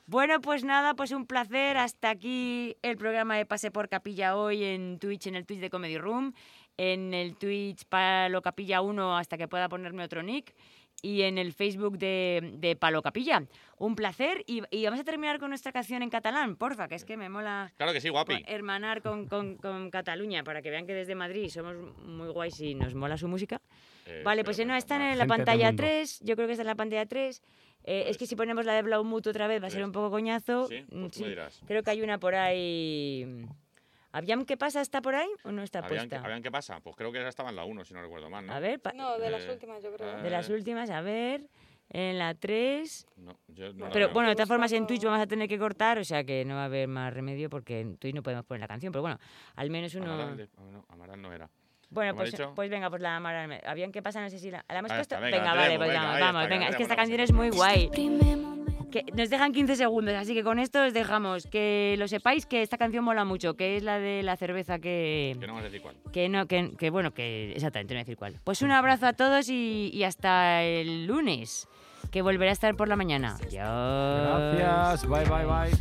Speaker 1: Bueno, pues nada, pues un placer. Hasta aquí el programa de Pase por Capilla hoy en Twitch, en el Twitch de Comedy Room, en el Twitch Palo Capilla 1 hasta que pueda ponerme otro nick y en el Facebook de, de Palo Capilla. Un placer y, y vamos a terminar con nuestra canción en catalán, porfa, que es que me mola
Speaker 3: Claro que sí, guapi.
Speaker 1: hermanar con, con- con Cataluña para que vean que desde Madrid somos muy guays y nos mola su música.
Speaker 3: Eh,
Speaker 1: Vale,
Speaker 3: espero
Speaker 1: pues
Speaker 3: que
Speaker 1: si no,
Speaker 3: no
Speaker 1: están
Speaker 3: sea
Speaker 1: en la
Speaker 2: Gente del
Speaker 1: pantalla
Speaker 2: mundo.
Speaker 1: 3. Yo creo que está en la pantalla 3. Eh, es que si ponemos la de Blau Mut otra vez va a ser
Speaker 3: Tres.
Speaker 1: un poco coñazo.
Speaker 3: Sí,
Speaker 1: Mm,
Speaker 3: pues tú me dirás.
Speaker 1: Creo que hay una por ahí. ¿Aviam qué pasa? ¿Está por ahí o no está
Speaker 3: ¿Habían,
Speaker 1: puesta?
Speaker 3: habían qué pasa? Pues creo que ya estaba en la 1, si no recuerdo mal, ¿no?
Speaker 1: A ver, pa-
Speaker 4: No, de las
Speaker 3: Eh,
Speaker 4: últimas, yo creo.
Speaker 3: ah.
Speaker 1: de las
Speaker 3: eh.
Speaker 1: últimas, a ver. En la 3.
Speaker 3: No, yo no la
Speaker 1: Pero
Speaker 3: veo.
Speaker 1: bueno, de todas formas en
Speaker 4: buscando-
Speaker 1: Twitch vamos a tener que cortar, o sea que no va a haber más remedio porque en Twitch no podemos poner la canción. Pero bueno, al menos uno.
Speaker 3: Amaral, de- ah, no, Amaral no era.
Speaker 1: Bueno,
Speaker 3: ¿Cómo
Speaker 1: pues,
Speaker 3: ha dicho?
Speaker 1: pues venga, pues la Amaral. ¿Habían qué pasa? No sé si la, ¿la hemos
Speaker 3: Ahí
Speaker 1: puesto.
Speaker 3: está, venga, la
Speaker 1: vale,
Speaker 3: tenemos,
Speaker 1: pues
Speaker 3: venga,
Speaker 1: vamos,
Speaker 3: ahí
Speaker 1: vamos,
Speaker 3: está,
Speaker 1: venga.
Speaker 3: la
Speaker 1: Es que esta
Speaker 3: tenemos, la
Speaker 1: canción es muy guay. Que nos dejan 15 segundos, así que con esto os dejamos. Que lo sepáis que esta canción mola mucho, que es la de la cerveza que...
Speaker 3: Yo no me decir cuál.
Speaker 1: Que no, que, que bueno, que exactamente, no voy a decir cuál. Pues un abrazo a todos y, y hasta el lunes, que volverá a estar por la mañana. Adiós.
Speaker 2: Gracias, bye, bye, bye.